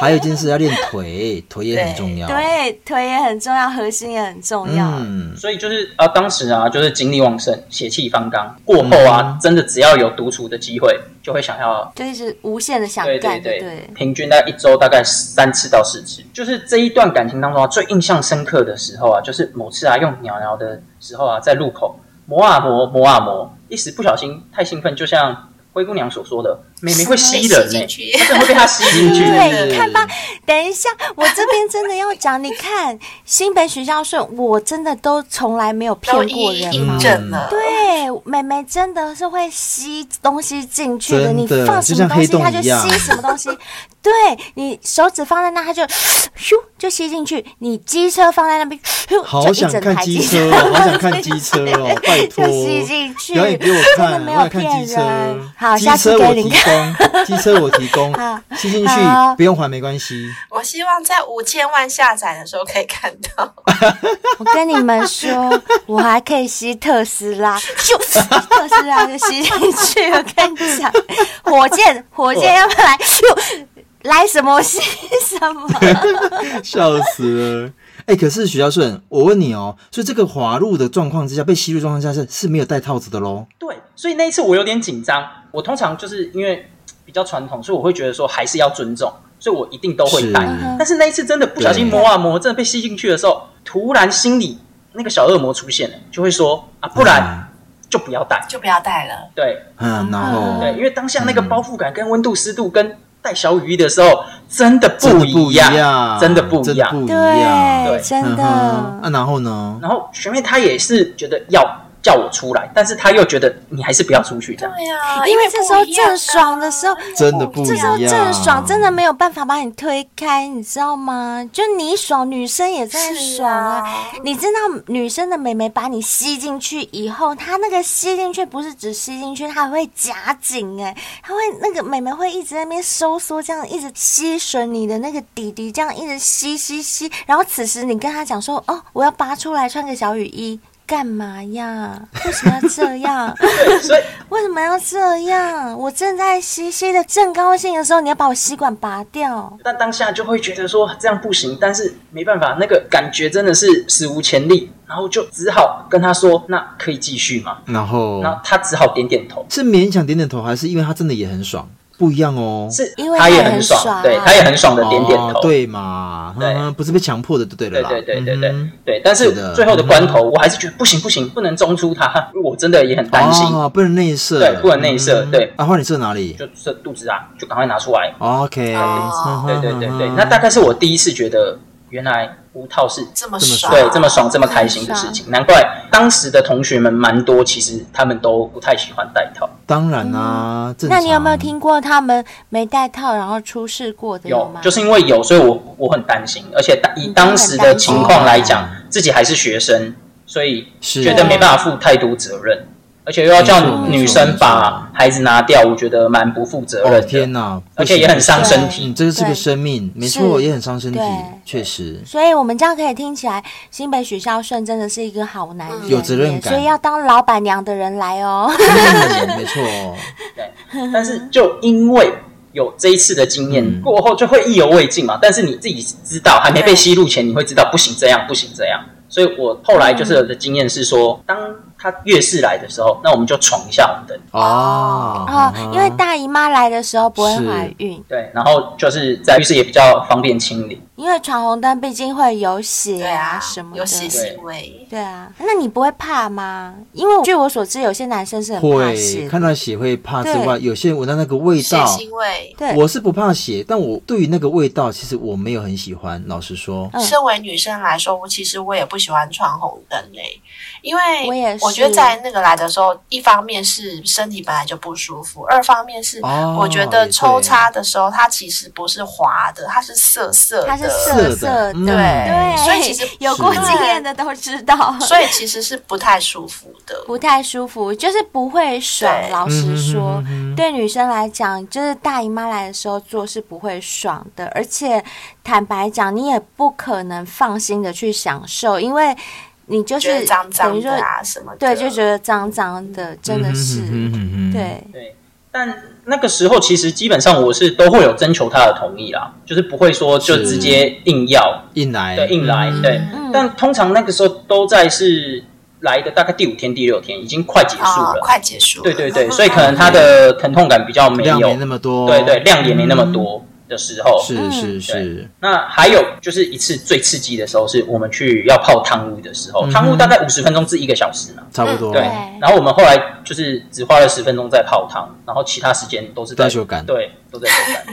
[SPEAKER 5] 还有一件事要练腿，腿也很重要。，
[SPEAKER 4] 对，腿也很重要，核心也很重要。
[SPEAKER 5] 嗯，
[SPEAKER 6] 所以就是啊，当时啊，就是精力旺盛，血气方刚。过后啊，
[SPEAKER 5] 嗯
[SPEAKER 6] 真的只要有独处的机会，就会想要
[SPEAKER 4] 就是无限的想
[SPEAKER 6] 对
[SPEAKER 4] 干，
[SPEAKER 6] 对，
[SPEAKER 4] 对
[SPEAKER 6] 平均大概一周大概三次到四次。就是这一段感情当中啊，最印象深刻的时候啊，就是某次啊用鸟鸟的时候啊，在路口磨啊磨磨啊磨，一时不小心太兴奋，就像灰姑娘所说的，美眉会吸人呢、
[SPEAKER 3] 进去。
[SPEAKER 6] 真的会被她吸进去。
[SPEAKER 4] 对，你看吧，等一下，我这边真的要讲，你看新北许孝顺，我真的都从来没有骗
[SPEAKER 3] 都
[SPEAKER 4] 过
[SPEAKER 3] 一一
[SPEAKER 4] 人嘛
[SPEAKER 5] 嗯
[SPEAKER 3] 印。证了，
[SPEAKER 4] 对，妹妹真的是会吸东西进去的，
[SPEAKER 5] 真的
[SPEAKER 4] 你放什么东西，
[SPEAKER 5] 就像
[SPEAKER 4] 它
[SPEAKER 5] 黑
[SPEAKER 4] 就
[SPEAKER 5] 洞一样
[SPEAKER 4] 吸什么东西。对你手指放在那，它就咻就吸进去；你机车放在那边，咻
[SPEAKER 5] 好
[SPEAKER 4] 就
[SPEAKER 5] 想
[SPEAKER 4] 一整
[SPEAKER 5] 看
[SPEAKER 4] 台
[SPEAKER 5] 机
[SPEAKER 4] 机
[SPEAKER 5] 车哦，好想看机车 哦，拜托
[SPEAKER 4] 就，吸进去，
[SPEAKER 5] 表演给我
[SPEAKER 4] 真的
[SPEAKER 5] 看，
[SPEAKER 4] 没有
[SPEAKER 5] 我想看
[SPEAKER 4] 骗
[SPEAKER 5] 机车
[SPEAKER 4] 人。。好，
[SPEAKER 5] 机
[SPEAKER 4] 下次
[SPEAKER 5] 车
[SPEAKER 4] 给
[SPEAKER 5] 我
[SPEAKER 4] 你
[SPEAKER 5] 提
[SPEAKER 4] 看。
[SPEAKER 5] 供，机车我提 供
[SPEAKER 4] 好，
[SPEAKER 5] 吸进去
[SPEAKER 4] 好
[SPEAKER 5] 不用还没关系。
[SPEAKER 3] 我希望在五千万下载的时候可以看到。
[SPEAKER 4] 我跟你们说，我还可以吸特斯拉，咻， 特斯拉就吸进去。我跟你讲，火箭，火箭要不然来，咻，来什么吸什么。
[SPEAKER 5] 笑死了！ 哎、可是许孝顺，我问你哦，所以这个滑入的状况之下，被吸入状况之下是是没有戴套子的喽？
[SPEAKER 6] 对，所以那一次我有点紧张。我通常就是因为比较传统，所以我会觉得说还是要尊重，所以我一定都会带
[SPEAKER 4] 嗯
[SPEAKER 5] 是。
[SPEAKER 6] 但是那一次真的不小心摸啊摸，真的被吸进去的时候，突然心里那个小恶魔出现了，就会说啊，不然就不要带。
[SPEAKER 3] 就不要带了。
[SPEAKER 6] 对
[SPEAKER 5] 嗯，然后
[SPEAKER 6] 对，因为当下那个包覆感跟温度、湿度跟带小雨衣的时候，真的不一样，
[SPEAKER 5] 真
[SPEAKER 6] 真的
[SPEAKER 5] 的
[SPEAKER 6] 不
[SPEAKER 5] 不
[SPEAKER 6] 一
[SPEAKER 5] 一
[SPEAKER 6] 样
[SPEAKER 5] 样，。真的不一样。
[SPEAKER 4] 对，
[SPEAKER 6] 对
[SPEAKER 4] 真
[SPEAKER 5] 嗯哼
[SPEAKER 4] 的。
[SPEAKER 5] 啊，然后呢？
[SPEAKER 6] 然后学妹她也是觉得要叫我出来，但是她又觉得你还是不要出去这样。
[SPEAKER 3] 对啊，
[SPEAKER 4] 因为
[SPEAKER 3] 不
[SPEAKER 4] 这时候
[SPEAKER 3] 一样
[SPEAKER 4] 正爽的时候，
[SPEAKER 5] 真的不一样
[SPEAKER 4] 这时候正爽，真的没有办法把你推开，你知道吗？就你爽，女生也在
[SPEAKER 3] 是
[SPEAKER 4] 爽啊。
[SPEAKER 3] 啊，
[SPEAKER 4] 你知道女生的美眉把你吸进去以后，她那个吸进去不是只吸进去，她还会夹紧哎，她会那个美眉会一直在那边收缩，这样一直吸吮你的那个底底，这样一直吸吸吸。然后此时你跟她讲说：“哦，我要拔出来穿个小雨衣。”干嘛呀？为什么要这样？
[SPEAKER 6] 对， 所以
[SPEAKER 4] 为什么要这样？我正在吸吸的正高兴的时候，你要把我吸管拔掉。
[SPEAKER 6] 但当下就会觉得说这样不行，但是没办法，那个感觉真的是史无前例，然后就只好跟他说，那可以继续吗？
[SPEAKER 5] 然后
[SPEAKER 6] 然后他只好点点头，
[SPEAKER 5] 是勉强点点头，还是因为他真的也很爽？不一样哦，
[SPEAKER 6] 是
[SPEAKER 4] 因为
[SPEAKER 6] 他也
[SPEAKER 4] 他很
[SPEAKER 6] 很爽，
[SPEAKER 4] 爽啊
[SPEAKER 6] 对，他也很爽的点点头，
[SPEAKER 5] 哦对嘛？
[SPEAKER 6] 对
[SPEAKER 5] 嗯，不是被强迫的，就对了
[SPEAKER 6] 对
[SPEAKER 5] 啦。
[SPEAKER 6] 对对对
[SPEAKER 5] 嗯
[SPEAKER 6] 对
[SPEAKER 5] 哼
[SPEAKER 6] 对，但是
[SPEAKER 5] 是的
[SPEAKER 6] 最后的关头，我还是觉得不行不行，不能中出他， 我真的也很担心，
[SPEAKER 5] 哦，不能内射，
[SPEAKER 6] 对不能内射
[SPEAKER 5] 嗯
[SPEAKER 6] 对
[SPEAKER 5] 啊，换你射哪里
[SPEAKER 6] 就这肚子啊，就赶快拿出来，
[SPEAKER 5] ？OK，
[SPEAKER 3] 哦
[SPEAKER 6] 对对对对，
[SPEAKER 5] 嗯
[SPEAKER 6] 那大概是我第一次觉得原来无套是
[SPEAKER 3] 这么
[SPEAKER 5] 这么
[SPEAKER 3] 爽，
[SPEAKER 6] 对，这么爽、这么开心的事情，难怪当时的同学们蛮多，其实他们都不太喜欢戴套。
[SPEAKER 5] 当然啦，正
[SPEAKER 4] 嗯那你有没有
[SPEAKER 5] 常
[SPEAKER 4] 听过他们没戴套然后出事过的
[SPEAKER 6] 有
[SPEAKER 4] 吗？，
[SPEAKER 6] 就是因为有，所以我我很担心，而且当以当时的情况来讲，自己还是学生，所以
[SPEAKER 5] 是
[SPEAKER 6] 觉得没办法负太多责任，而且又要
[SPEAKER 5] 没错
[SPEAKER 6] 叫
[SPEAKER 5] 没错
[SPEAKER 6] 女生把孩子拿掉，我觉得蛮不负责任
[SPEAKER 5] 哦
[SPEAKER 6] 的。
[SPEAKER 5] 天哪，
[SPEAKER 6] 而且也很伤身体
[SPEAKER 5] 嗯，这是
[SPEAKER 4] 对
[SPEAKER 5] 个生命，没错，
[SPEAKER 4] 是
[SPEAKER 5] 也很伤身体
[SPEAKER 4] 对，
[SPEAKER 5] 确实。
[SPEAKER 4] 所以我们这样可以听起来，新北许孝顺真的是一个好男人，
[SPEAKER 5] 有责任感
[SPEAKER 4] 所以要当老板娘的人来哦。
[SPEAKER 5] 嗯没错，
[SPEAKER 6] 但是就因为有这一次的经验、
[SPEAKER 5] 嗯
[SPEAKER 6] 过后，就会意犹未尽嘛。但是你自己知道，还没嗯被吸入前，你会知道不行这样，不行这样。所以我后来就是有的经验是说，当它月事来的时候，那我们就闯一下红灯。
[SPEAKER 5] 哦
[SPEAKER 4] 哦， 因为大姨妈来的时候不会怀孕，
[SPEAKER 6] 对，然后就是在浴室也比较方便清理。
[SPEAKER 4] 因为闯红灯毕竟会有血
[SPEAKER 3] 对啊，
[SPEAKER 4] 什么
[SPEAKER 3] 有血
[SPEAKER 4] 的。
[SPEAKER 3] 腥味。
[SPEAKER 4] 对啊，那你不会怕吗？因为据我所知，有些男生是很怕
[SPEAKER 5] 会
[SPEAKER 4] 血。
[SPEAKER 5] 看到血会怕之
[SPEAKER 4] 对
[SPEAKER 5] 外，有些人闻到那个味
[SPEAKER 3] 血
[SPEAKER 5] 道，
[SPEAKER 3] 腥味。
[SPEAKER 4] 对，
[SPEAKER 5] 我是不怕血，但我对于那个味道，其实我没有很喜欢。老实说，
[SPEAKER 4] 嗯
[SPEAKER 3] 身为女生来说，我其实我也不喜欢闯红灯嘞、因为
[SPEAKER 4] 我也是
[SPEAKER 3] 我觉得在那个来的时候，一方面是身体本来就不舒服，二方面是
[SPEAKER 5] 哦
[SPEAKER 3] 我觉
[SPEAKER 5] 也
[SPEAKER 3] 得
[SPEAKER 5] 对
[SPEAKER 3] 抽插的时候，它其实不是滑的，它是涩涩的，
[SPEAKER 4] 它是
[SPEAKER 5] 色的
[SPEAKER 4] 涩涩
[SPEAKER 5] 嗯
[SPEAKER 4] 对，
[SPEAKER 3] 哎所以其实
[SPEAKER 4] 有过
[SPEAKER 5] 是
[SPEAKER 4] 经验的都知道，
[SPEAKER 3] 所以其实是不太舒服的。
[SPEAKER 4] 不太舒服，就是不会爽。
[SPEAKER 3] 对
[SPEAKER 4] 老实说
[SPEAKER 5] 嗯哼哼哼，
[SPEAKER 4] 对女生来讲，就是大姨妈来的时候做是不会爽的，而且坦白讲，你也不可能放心的去享受，因为你就
[SPEAKER 3] 觉
[SPEAKER 4] 是
[SPEAKER 3] 得脏
[SPEAKER 4] 等
[SPEAKER 3] 脏
[SPEAKER 4] 于
[SPEAKER 3] 的
[SPEAKER 4] 说，
[SPEAKER 3] 啊什么的，
[SPEAKER 4] 对，就觉得脏脏的，
[SPEAKER 5] 嗯
[SPEAKER 4] 真的是，对。
[SPEAKER 6] 对，但那个时候其实基本上我是都会有征求他的同意啦，就是不会说就是直接硬要
[SPEAKER 5] 硬来，
[SPEAKER 6] 对硬来
[SPEAKER 5] 嗯
[SPEAKER 6] 对
[SPEAKER 4] 嗯。
[SPEAKER 6] 但通常那个时候都在是来的大概第五天第六天，已经快结束
[SPEAKER 3] 啊、
[SPEAKER 6] 了。
[SPEAKER 3] 快结束了，
[SPEAKER 6] 对对 对，所以可能他的疼痛感比较没有，
[SPEAKER 5] 嗯量没那么多，嗯
[SPEAKER 6] 对对，量也没那么多的时候。
[SPEAKER 5] 是是
[SPEAKER 4] 嗯
[SPEAKER 5] 是，
[SPEAKER 6] 那还有就是一次最刺激的时候，是我们去要泡汤屋的时
[SPEAKER 5] 嗯
[SPEAKER 6] 候，
[SPEAKER 5] 哼
[SPEAKER 6] 汤屋大概五十分钟至一个小时嘛。
[SPEAKER 5] 差不多
[SPEAKER 6] 对，
[SPEAKER 4] 对
[SPEAKER 6] 然后我们后来就是只花了十分钟在泡汤，然后其他时间都是在
[SPEAKER 5] 在修改
[SPEAKER 6] 对，都在修改。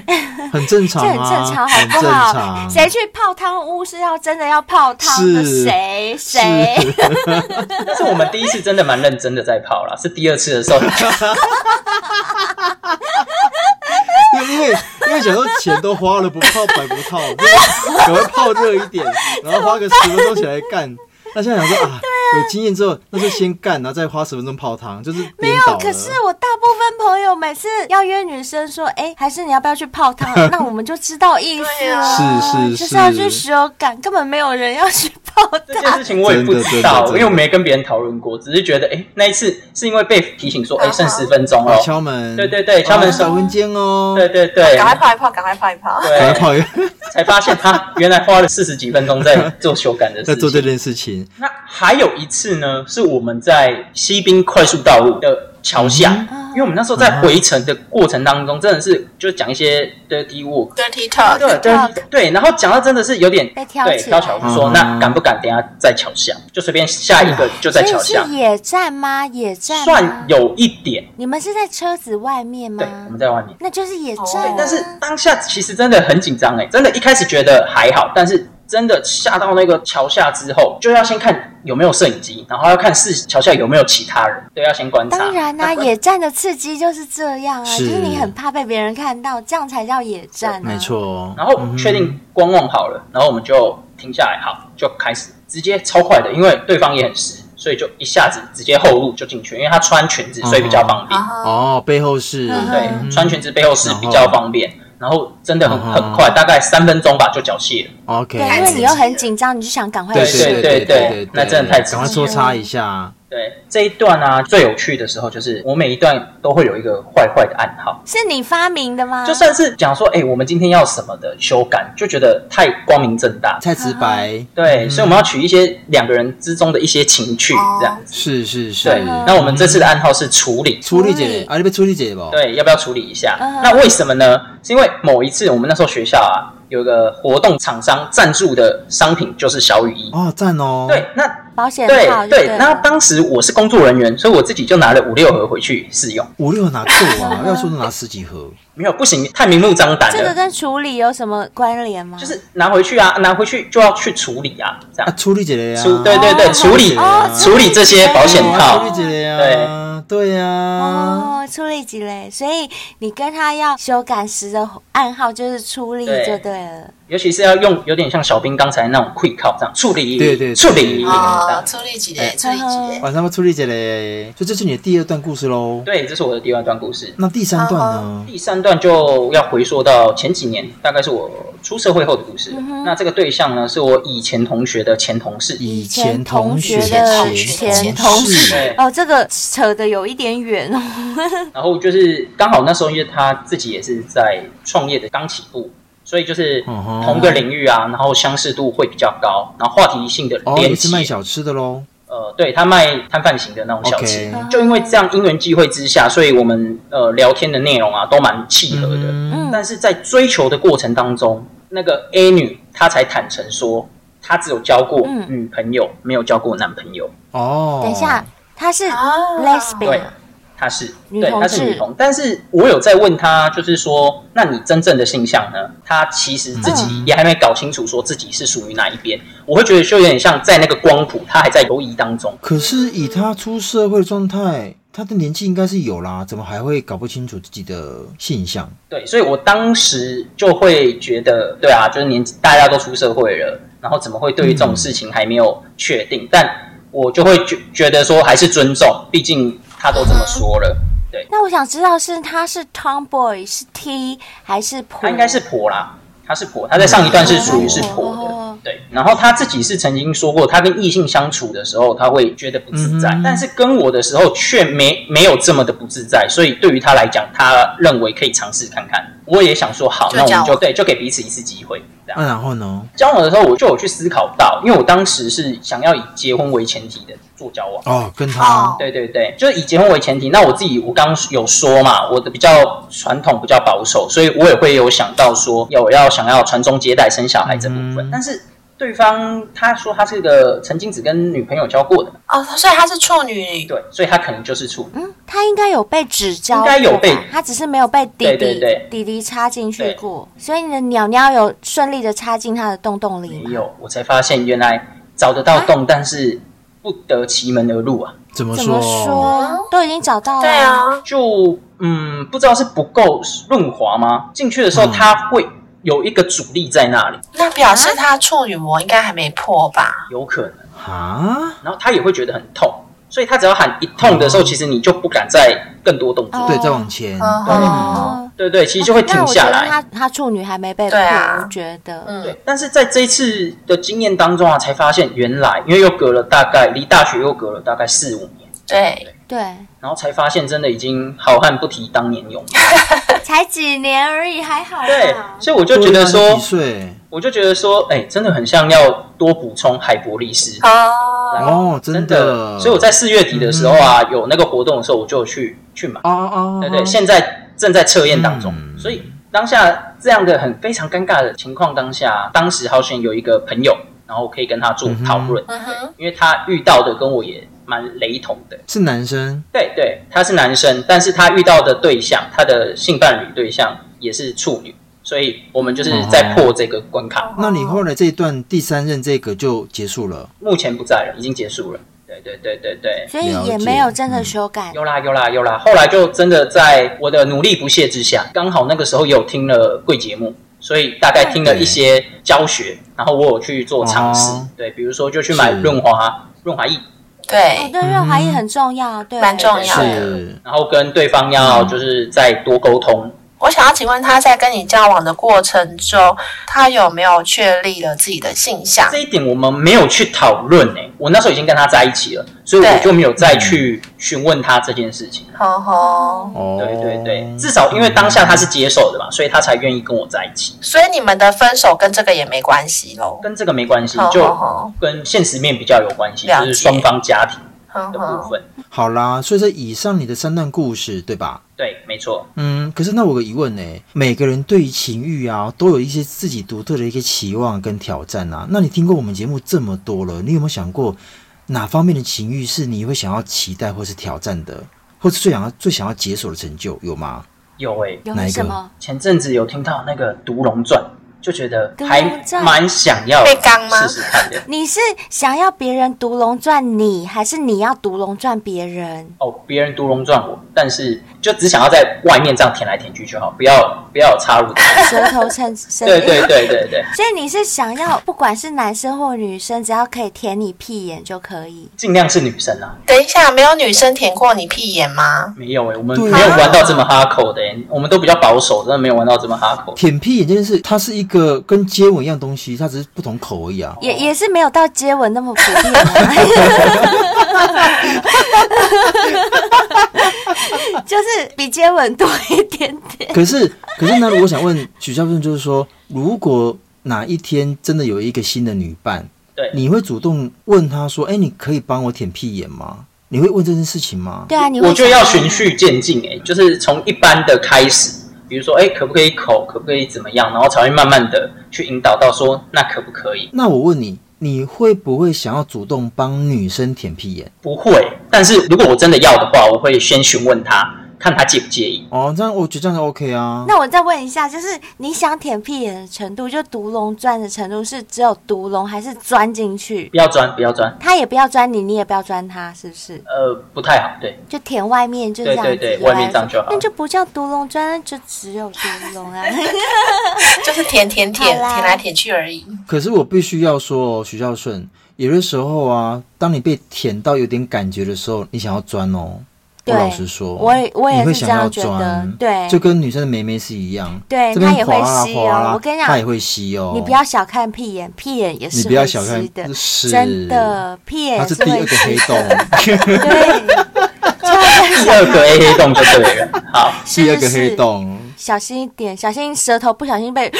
[SPEAKER 5] 很正常
[SPEAKER 4] 这很
[SPEAKER 5] 啊，
[SPEAKER 4] 正常，好
[SPEAKER 5] 很
[SPEAKER 4] 不
[SPEAKER 5] 正
[SPEAKER 4] 好？
[SPEAKER 5] 常。
[SPEAKER 4] 谁去泡汤屋是要真的要泡汤的？
[SPEAKER 5] 是
[SPEAKER 4] 谁谁？
[SPEAKER 6] 但是我们第一次真的蛮认真的在泡啦，是第二次的时候，
[SPEAKER 5] 因为因为因为想说钱都花了，不泡白不泡，就是赶快泡热一点，然后花个十分钟起来干。那现在想说啊，有经验之后，那就先干，然后再花十分钟泡汤，就是
[SPEAKER 4] 没
[SPEAKER 5] 没
[SPEAKER 4] 有，可是我大部分朋友每次要约女生说，哎、还是你要不要去泡汤？ 那我们就知道意思了，
[SPEAKER 6] 啊
[SPEAKER 5] 是是
[SPEAKER 4] 就是要
[SPEAKER 5] 是
[SPEAKER 4] 去修改，根本没有人要去泡
[SPEAKER 6] 这件
[SPEAKER 4] 汤
[SPEAKER 6] 事。情我也不知
[SPEAKER 5] 真的真的
[SPEAKER 6] 道，
[SPEAKER 5] 真
[SPEAKER 6] 因
[SPEAKER 5] 的
[SPEAKER 6] 为我没跟别人讨论过，只是觉得哎，那一次是因为被提醒说哎剩十分钟
[SPEAKER 5] 啊
[SPEAKER 6] 哦，
[SPEAKER 5] 敲门，
[SPEAKER 6] 对对对敲门
[SPEAKER 5] 啊小文间哦，
[SPEAKER 6] 对对对，
[SPEAKER 3] 赶快泡一泡，赶快泡一泡。
[SPEAKER 5] 赶
[SPEAKER 6] 对
[SPEAKER 5] 快，泡一个，
[SPEAKER 6] 才发现他原来花了四十几分钟在做修改的
[SPEAKER 5] 在
[SPEAKER 6] 事
[SPEAKER 5] 做这
[SPEAKER 6] 情。
[SPEAKER 5] 件事情，
[SPEAKER 6] 那还有一次呢，是我们在西滨快速道路的桥下，
[SPEAKER 5] 嗯
[SPEAKER 6] 因为我们那时候在回程的过程当中，真的是就讲一些 dirty work。
[SPEAKER 3] Dirty talk，
[SPEAKER 6] 对对对，然后讲到真的是有点
[SPEAKER 4] 哦被挑
[SPEAKER 6] 对
[SPEAKER 4] 起来
[SPEAKER 6] 挑桥，我就说
[SPEAKER 5] 嗯
[SPEAKER 6] 那敢不敢等一下在桥下，就随便下一个就在桥
[SPEAKER 4] 所以
[SPEAKER 6] 下
[SPEAKER 4] 是，野战吗？野战吗
[SPEAKER 6] 算有一点，
[SPEAKER 4] 你们是在车子外面
[SPEAKER 6] 对，
[SPEAKER 4] 吗
[SPEAKER 6] 我？们在外面。
[SPEAKER 4] 那就是野战、啊
[SPEAKER 3] 对
[SPEAKER 6] 但是当下其实真的很紧张哎，真的，一开始觉得还好，但是真的下到那个桥下之后，就要先看有没有摄影机，然后要看是桥下有没有其他人，对，要先观察。
[SPEAKER 4] 当然啦、啊
[SPEAKER 6] 那
[SPEAKER 4] 野战的刺激就是这样啊，
[SPEAKER 5] 是
[SPEAKER 4] 就是你很怕被别人看到，这样才叫野战、啊。
[SPEAKER 5] 没，错。
[SPEAKER 6] 然后确定观望好了，然后我们就停下来，好，就开始直接超快的，因为对方也很湿，所以就一下子直接后入就进去，因为他穿裙子，
[SPEAKER 4] 嗯
[SPEAKER 6] 所以比较方便。
[SPEAKER 4] 啊
[SPEAKER 5] 哦，背后是，
[SPEAKER 6] 对，
[SPEAKER 5] 嗯
[SPEAKER 6] 穿裙子背后湿嗯比较方便。然后真的很很快，大概三分钟吧就缴械了。
[SPEAKER 5] ，OK，
[SPEAKER 4] 对，因为你又很紧张，你就想赶快
[SPEAKER 5] 对
[SPEAKER 4] 去
[SPEAKER 5] 对对
[SPEAKER 6] 对对那真的太刺激
[SPEAKER 5] 赶快搓擦一下，
[SPEAKER 6] 对这一段啊，最有趣的时候就是我每一段都会有一个坏坏的暗号，
[SPEAKER 4] 是你发明的吗？
[SPEAKER 6] 就算是讲说，哎、我们今天要什么的修改，就觉得太光明正大。
[SPEAKER 5] 太直白，
[SPEAKER 6] 对，所以我们要取一些两个人之中的一些情趣，这样子。
[SPEAKER 5] 是是啊是，
[SPEAKER 6] 对，那我们这次的暗号是处理，
[SPEAKER 5] 处理姐
[SPEAKER 4] 理
[SPEAKER 5] 啊，你被处理姐不？
[SPEAKER 6] 对，要不要处理一下
[SPEAKER 4] 嗯？
[SPEAKER 6] 那为什么呢？是因为某一次我们那时候学校啊，有一个活动厂商赞助的商品就是小雨衣。
[SPEAKER 5] 哦，赞哦，
[SPEAKER 6] 对，那
[SPEAKER 4] 保险
[SPEAKER 6] 对
[SPEAKER 4] 套就
[SPEAKER 6] 对
[SPEAKER 4] 了，
[SPEAKER 6] 那当时我是工作人员，所以我自己就拿了五六盒回去试用。
[SPEAKER 5] 五六拿够啊， 要说拿十几盒，
[SPEAKER 6] 没有，不行，太明目张胆了。
[SPEAKER 4] 这个跟处理有什么关联吗？
[SPEAKER 6] 就是拿回去啊，拿回去就要去处理啊，这
[SPEAKER 5] 啊，
[SPEAKER 6] 样
[SPEAKER 5] 处理姐的呀，
[SPEAKER 6] 处对对对，
[SPEAKER 4] 哦
[SPEAKER 6] 处理
[SPEAKER 5] 哦
[SPEAKER 6] 处理这些保险
[SPEAKER 5] 啊处理
[SPEAKER 6] 套，
[SPEAKER 5] 姐的呀，对啊呀，
[SPEAKER 4] 哦，出力几嘞，所以你跟他要修改时的暗号就是出力
[SPEAKER 6] 对
[SPEAKER 4] 就对了。
[SPEAKER 6] 尤其是要用有点像小兵刚才那种 quick call 这样处理，
[SPEAKER 5] 对对对
[SPEAKER 6] 处理，这
[SPEAKER 3] 啊，
[SPEAKER 6] 样
[SPEAKER 3] 处理几
[SPEAKER 4] 嗯
[SPEAKER 3] 嘞，处理几嘞。
[SPEAKER 5] 晚上要处理姐的，所以这是你的第二段故事喽。
[SPEAKER 6] 对，这是我的第二段故事。
[SPEAKER 5] 那第三段呢？
[SPEAKER 6] 第三段就要回溯到前几年，大概是我出社会后的故事了。
[SPEAKER 4] 嗯
[SPEAKER 6] 那这个对象呢，是我以前同学的前同事。
[SPEAKER 5] 以前同学
[SPEAKER 4] 以前
[SPEAKER 3] 同学的
[SPEAKER 5] 前
[SPEAKER 3] 前
[SPEAKER 5] 同
[SPEAKER 3] 同
[SPEAKER 5] 事，
[SPEAKER 6] 对，
[SPEAKER 4] 哦，这个扯得有一点远哦。
[SPEAKER 6] 然后就是刚好那时候，因为他自己也是在创业的刚起步，所以就是
[SPEAKER 5] 嗯哼
[SPEAKER 6] 同个领域啊，然后相似度会比较高，然后话题性的
[SPEAKER 5] 哦，
[SPEAKER 6] 连
[SPEAKER 5] 你是
[SPEAKER 6] 接
[SPEAKER 5] 卖，小吃的喽？
[SPEAKER 6] 呃，对他卖摊贩型的那种小吃
[SPEAKER 5] OK
[SPEAKER 6] 就因为这样因缘际会之下，所以我们呃聊天的内容啊都蛮契合的。
[SPEAKER 5] 嗯
[SPEAKER 6] 嗯
[SPEAKER 4] 嗯
[SPEAKER 6] 但是在追求的过程当中，那个 A 女她才坦诚说，她只有交过
[SPEAKER 4] 嗯
[SPEAKER 6] 女朋友，没有交过男朋友。
[SPEAKER 5] 哦，
[SPEAKER 4] 等一下，她是
[SPEAKER 3] 啊
[SPEAKER 4] lesbian，
[SPEAKER 6] 对，她是
[SPEAKER 4] 嗯女
[SPEAKER 6] 对，
[SPEAKER 4] 同
[SPEAKER 6] 她是女
[SPEAKER 4] 志
[SPEAKER 6] 同，但是我有在问她，就是说，那你真正的性向呢？她其实自
[SPEAKER 4] 嗯
[SPEAKER 6] 己也还没搞清楚，说自己是属于哪一边。我会觉得就有点像在那个光谱，她还在犹疑当中。
[SPEAKER 5] 可是以他出社会的状态，他的年纪应该是有啦，怎么还会搞不清楚自己的性向？
[SPEAKER 6] 对，所以我当时就会觉得，对啊，就是年纪大家都出社会了，然后怎么会对于这种事情还没有确定？但我就会觉觉得说还是尊重，毕竟他都这么说了，对
[SPEAKER 4] 那我想知道是她是 tomboy 是 T 还是普？
[SPEAKER 6] 他应该是婆啦，他是婆，他在上一段是属于是婆
[SPEAKER 4] 哦
[SPEAKER 6] 的，对。然后他自己是曾经说过，他跟异性相处的时候，他会觉得不自
[SPEAKER 3] 嗯
[SPEAKER 6] 在，但是跟我的时候却没没有这么的不自在，所以对于他来讲，他认为可以尝试看看。我也想说，好，
[SPEAKER 3] 就
[SPEAKER 6] 那我
[SPEAKER 3] 交
[SPEAKER 6] 们
[SPEAKER 3] 往
[SPEAKER 6] 就对，就给彼此一次机会，这样
[SPEAKER 5] 那、。啊然后呢？
[SPEAKER 6] 交往的时候，我就有去思考到，因为我当时是想要以结婚为前提的做交往。
[SPEAKER 5] 哦，
[SPEAKER 4] 啊
[SPEAKER 5] 跟他
[SPEAKER 3] 哦
[SPEAKER 6] 对对对，就是以结婚为前提。那我自己我刚有说嘛，我的比较传统，比较保守，所以我也会有想到说，要我要想要传宗接代、生小孩这部分。
[SPEAKER 5] 嗯
[SPEAKER 6] 但是对方他说他是个曾经只跟女朋友交过的，
[SPEAKER 3] 哦，所以她是处女，
[SPEAKER 6] 对，所以他可能就是处女。
[SPEAKER 4] 嗯，她应该有被指教，
[SPEAKER 6] 应该有被
[SPEAKER 4] 她只是没有被弟弟
[SPEAKER 6] 对对对
[SPEAKER 4] 弟弟插进去
[SPEAKER 6] 对
[SPEAKER 4] 过，所以你的鸟鸟有顺利的插进她的洞洞里
[SPEAKER 6] 没
[SPEAKER 4] 吗？
[SPEAKER 6] 有，我才发现原来找得到洞，但是不得其门而入啊。
[SPEAKER 5] 怎么
[SPEAKER 4] 嗯怎么说？都已经找到了，
[SPEAKER 3] 对，啊，
[SPEAKER 6] 就嗯，不知道是不够润滑吗？进去的时候，
[SPEAKER 5] 嗯
[SPEAKER 6] 它会有一个阻力在那里，
[SPEAKER 3] 那表示她处女膜应该还没破吧？
[SPEAKER 6] 有可能。
[SPEAKER 5] 啊？
[SPEAKER 6] 然后他也会觉得很痛，所以他只要喊一痛的时
[SPEAKER 5] 哦
[SPEAKER 6] 候，其实你就不敢再更多动作。
[SPEAKER 4] 哦
[SPEAKER 5] 对，再往前，
[SPEAKER 6] 嗯
[SPEAKER 3] 哦，
[SPEAKER 6] 对对，其实就会停下
[SPEAKER 4] 那我觉得
[SPEAKER 6] 来。
[SPEAKER 4] 她她处女还没被破，
[SPEAKER 3] 对啊
[SPEAKER 4] 我觉得。
[SPEAKER 3] 嗯
[SPEAKER 6] 对，但是在这一次的经验当中啊，才发现原来，因为又隔了大概离大学又隔了大概四五年，
[SPEAKER 3] 对，
[SPEAKER 4] 对，
[SPEAKER 6] 然后才发现真的已经好汉不提当年勇。
[SPEAKER 4] 才几年而已，还好
[SPEAKER 6] 对
[SPEAKER 4] 吧，？
[SPEAKER 6] 所以我就觉得
[SPEAKER 5] 多一
[SPEAKER 6] 说
[SPEAKER 5] 几，岁
[SPEAKER 6] 我就觉得说，哎，真的很像要多补充海博利斯。
[SPEAKER 3] 哦，
[SPEAKER 5] 哦，啊真的，
[SPEAKER 6] 所以我在四月底的时候啊，有那个活动的时候，我就有去去买。
[SPEAKER 5] 哦
[SPEAKER 3] 嗯
[SPEAKER 5] 哦，
[SPEAKER 6] 对对，现在正在测验当中，
[SPEAKER 5] 嗯
[SPEAKER 6] 所以当下这样的很非常尴尬的情况当下，当时好险有一个朋友，然后可以跟他做讨论，
[SPEAKER 3] 嗯哼，
[SPEAKER 6] 因为他遇到的跟我也蛮雷同的。
[SPEAKER 5] 是男生
[SPEAKER 6] 对对，他是男生，但是他遇到的对象，他的性伴侣对象也是处女，所以我们
[SPEAKER 3] 嗯
[SPEAKER 6] 就是在破这个关卡，
[SPEAKER 5] 那你后来这一段第三任这个就结束了，
[SPEAKER 6] 目前不在了，已经结束了。对对对对对。
[SPEAKER 4] 所以也
[SPEAKER 5] 了解
[SPEAKER 4] 没有真的修改。
[SPEAKER 6] 有啦有啦有啦，后来就真的在我的努力不懈之下，刚好那个时候也有听了贵节目，所以大概听了一些教学，然后我有去做尝试，
[SPEAKER 5] 哦
[SPEAKER 6] 对，比如说就去买
[SPEAKER 5] 是
[SPEAKER 6] 润滑润滑液，
[SPEAKER 4] 哦，
[SPEAKER 6] 嗯
[SPEAKER 3] 对，
[SPEAKER 4] 对，润滑液很重要，对，
[SPEAKER 3] 蛮重要的。
[SPEAKER 5] 是
[SPEAKER 6] 然后跟对方
[SPEAKER 5] 嗯
[SPEAKER 6] 要就是再多沟通，
[SPEAKER 3] 我想要请问他在跟你交往的过程中，他有没有确立了自己的性向？
[SPEAKER 6] 这一点我们没有去讨论诶、我那时候已经跟他在一起了，所以我
[SPEAKER 3] 对
[SPEAKER 6] 就没有再去询问他这件事情。
[SPEAKER 3] 吼吼，
[SPEAKER 5] 哦，
[SPEAKER 6] 对对对，至少因为当下他是接受的嘛，所以他才愿意跟我在一起，
[SPEAKER 3] 所以你们的分手跟这个也没关系喽。
[SPEAKER 6] 跟这个没关系
[SPEAKER 3] 好，
[SPEAKER 6] 就
[SPEAKER 3] 好好
[SPEAKER 6] 跟现实面比较有关系，
[SPEAKER 3] 了
[SPEAKER 6] 就
[SPEAKER 3] 解
[SPEAKER 6] 是双方家庭。
[SPEAKER 3] 哼
[SPEAKER 6] 的部
[SPEAKER 3] 哼，
[SPEAKER 6] 分。
[SPEAKER 5] 好啦，所以说以上你的三段故事对吧？
[SPEAKER 6] 对，没错，
[SPEAKER 5] 嗯，可是那我有个疑问呢、每个人对于情欲啊，都有一些自己独特的一些期望跟挑战啊。那你听过我们节目这么多了，你有没有想过哪方面的情欲是你会想要期待或是挑战的，或是最想要最想要解锁的成就有吗？
[SPEAKER 6] 有诶、
[SPEAKER 4] 有
[SPEAKER 5] 哪一个
[SPEAKER 4] 什么？
[SPEAKER 6] 前阵子有听到那个《独龙传》，就觉得还
[SPEAKER 4] 独龙传
[SPEAKER 6] 蛮想要
[SPEAKER 3] 被刚吗
[SPEAKER 6] 试试看的。
[SPEAKER 4] 你是想要别人独龙赚你，还是你要独龙赚别 人？
[SPEAKER 6] 哦，别人独龙传我，但是就只想要在外面这样舔来舔去就好，不要不要有插 入的。
[SPEAKER 4] 舌头称身。
[SPEAKER 6] 对对对对对，
[SPEAKER 4] 所以你是想要，不管是男生或女生，只要可以舔你屁眼就可以。
[SPEAKER 6] 尽量是女生啊。
[SPEAKER 3] 等一下，没有女生舔过你屁眼 吗？
[SPEAKER 6] 没有诶、欸我们
[SPEAKER 5] 对啊
[SPEAKER 6] 没有玩到这么哈口的、欸，我们都比较保守，真的没有玩到这么哈口。
[SPEAKER 5] 舔屁眼这件事，它是一个跟接吻一样东西，它只是不同口而已啊。
[SPEAKER 4] 也也是没有到接吻那么普遍、啊，就是比接吻多一点点。
[SPEAKER 5] 可是，可是呢，我想问许教授，就是说，如果哪一天真的有一个新的女伴，
[SPEAKER 6] 对
[SPEAKER 5] 你会主动问他说：“哎，你可以帮我舔屁眼吗？”你会问这件事情吗？
[SPEAKER 4] 对啊，你会
[SPEAKER 6] 我就要
[SPEAKER 4] 想
[SPEAKER 6] 循序渐进，哎，就是从一般的开始，比如说，哎，可不可以口，可不可以怎么样，然后才会慢慢的去引导到说，那可不可以？
[SPEAKER 5] 那我问你，你会不会想要主动帮女生舔屁眼？
[SPEAKER 6] 不会，但是如果我真的要的话，我会先询问他，看他介不介意。
[SPEAKER 5] 哦，这样我觉得这样就 OK 啊。
[SPEAKER 4] 那我再问一下，就是你想舔屁眼的程度，就毒龙钻的程度，是只有毒龙还是钻进去？
[SPEAKER 6] 不要钻，不要钻，
[SPEAKER 4] 他也不要钻你，你也不要钻他，是不是？
[SPEAKER 6] 呃，不太好， 对，
[SPEAKER 4] 就舔外面，就这样子
[SPEAKER 6] 对对对
[SPEAKER 4] 来
[SPEAKER 6] 外面这样就好
[SPEAKER 4] 那就不叫毒龙钻，那就只有毒龙啊。
[SPEAKER 3] 就是舔舔舔
[SPEAKER 4] 好啦
[SPEAKER 3] 舔来舔去而已。
[SPEAKER 5] 可是我必须要说、哦，徐孝顺，有的时候啊，当你被舔到有点感觉的时候，你想要钻哦。我
[SPEAKER 4] 对
[SPEAKER 5] 老实说，
[SPEAKER 4] 我也我也
[SPEAKER 5] 你会
[SPEAKER 4] 是
[SPEAKER 5] 想
[SPEAKER 4] 这样
[SPEAKER 5] 要
[SPEAKER 4] 觉得
[SPEAKER 5] 钻
[SPEAKER 4] 对
[SPEAKER 5] 就跟女生的妹妹是一样，
[SPEAKER 4] 对
[SPEAKER 5] 这边
[SPEAKER 4] 她也会
[SPEAKER 5] 滑啊
[SPEAKER 4] 吸
[SPEAKER 5] 滑
[SPEAKER 4] 哦
[SPEAKER 5] 啊
[SPEAKER 4] 我跟你讲
[SPEAKER 5] 她也会吸哦，
[SPEAKER 4] 你不要，小看屁眼，屁眼也
[SPEAKER 5] 你
[SPEAKER 4] 是
[SPEAKER 5] 不要
[SPEAKER 4] 会
[SPEAKER 5] 小看
[SPEAKER 4] 吸，的，
[SPEAKER 5] 是
[SPEAKER 4] 真，的屁眼
[SPEAKER 5] 它
[SPEAKER 4] 也
[SPEAKER 5] 是第二
[SPEAKER 4] 会
[SPEAKER 5] 个
[SPEAKER 4] 吸
[SPEAKER 5] 黑
[SPEAKER 4] 的。
[SPEAKER 5] 洞，
[SPEAKER 4] 对，
[SPEAKER 6] 第二个 A 黑洞就对了。 好，
[SPEAKER 4] 是
[SPEAKER 5] 第二
[SPEAKER 4] 是
[SPEAKER 5] 个黑
[SPEAKER 4] 是嗯
[SPEAKER 5] 洞，
[SPEAKER 4] 小心一点，小心舌头不小心被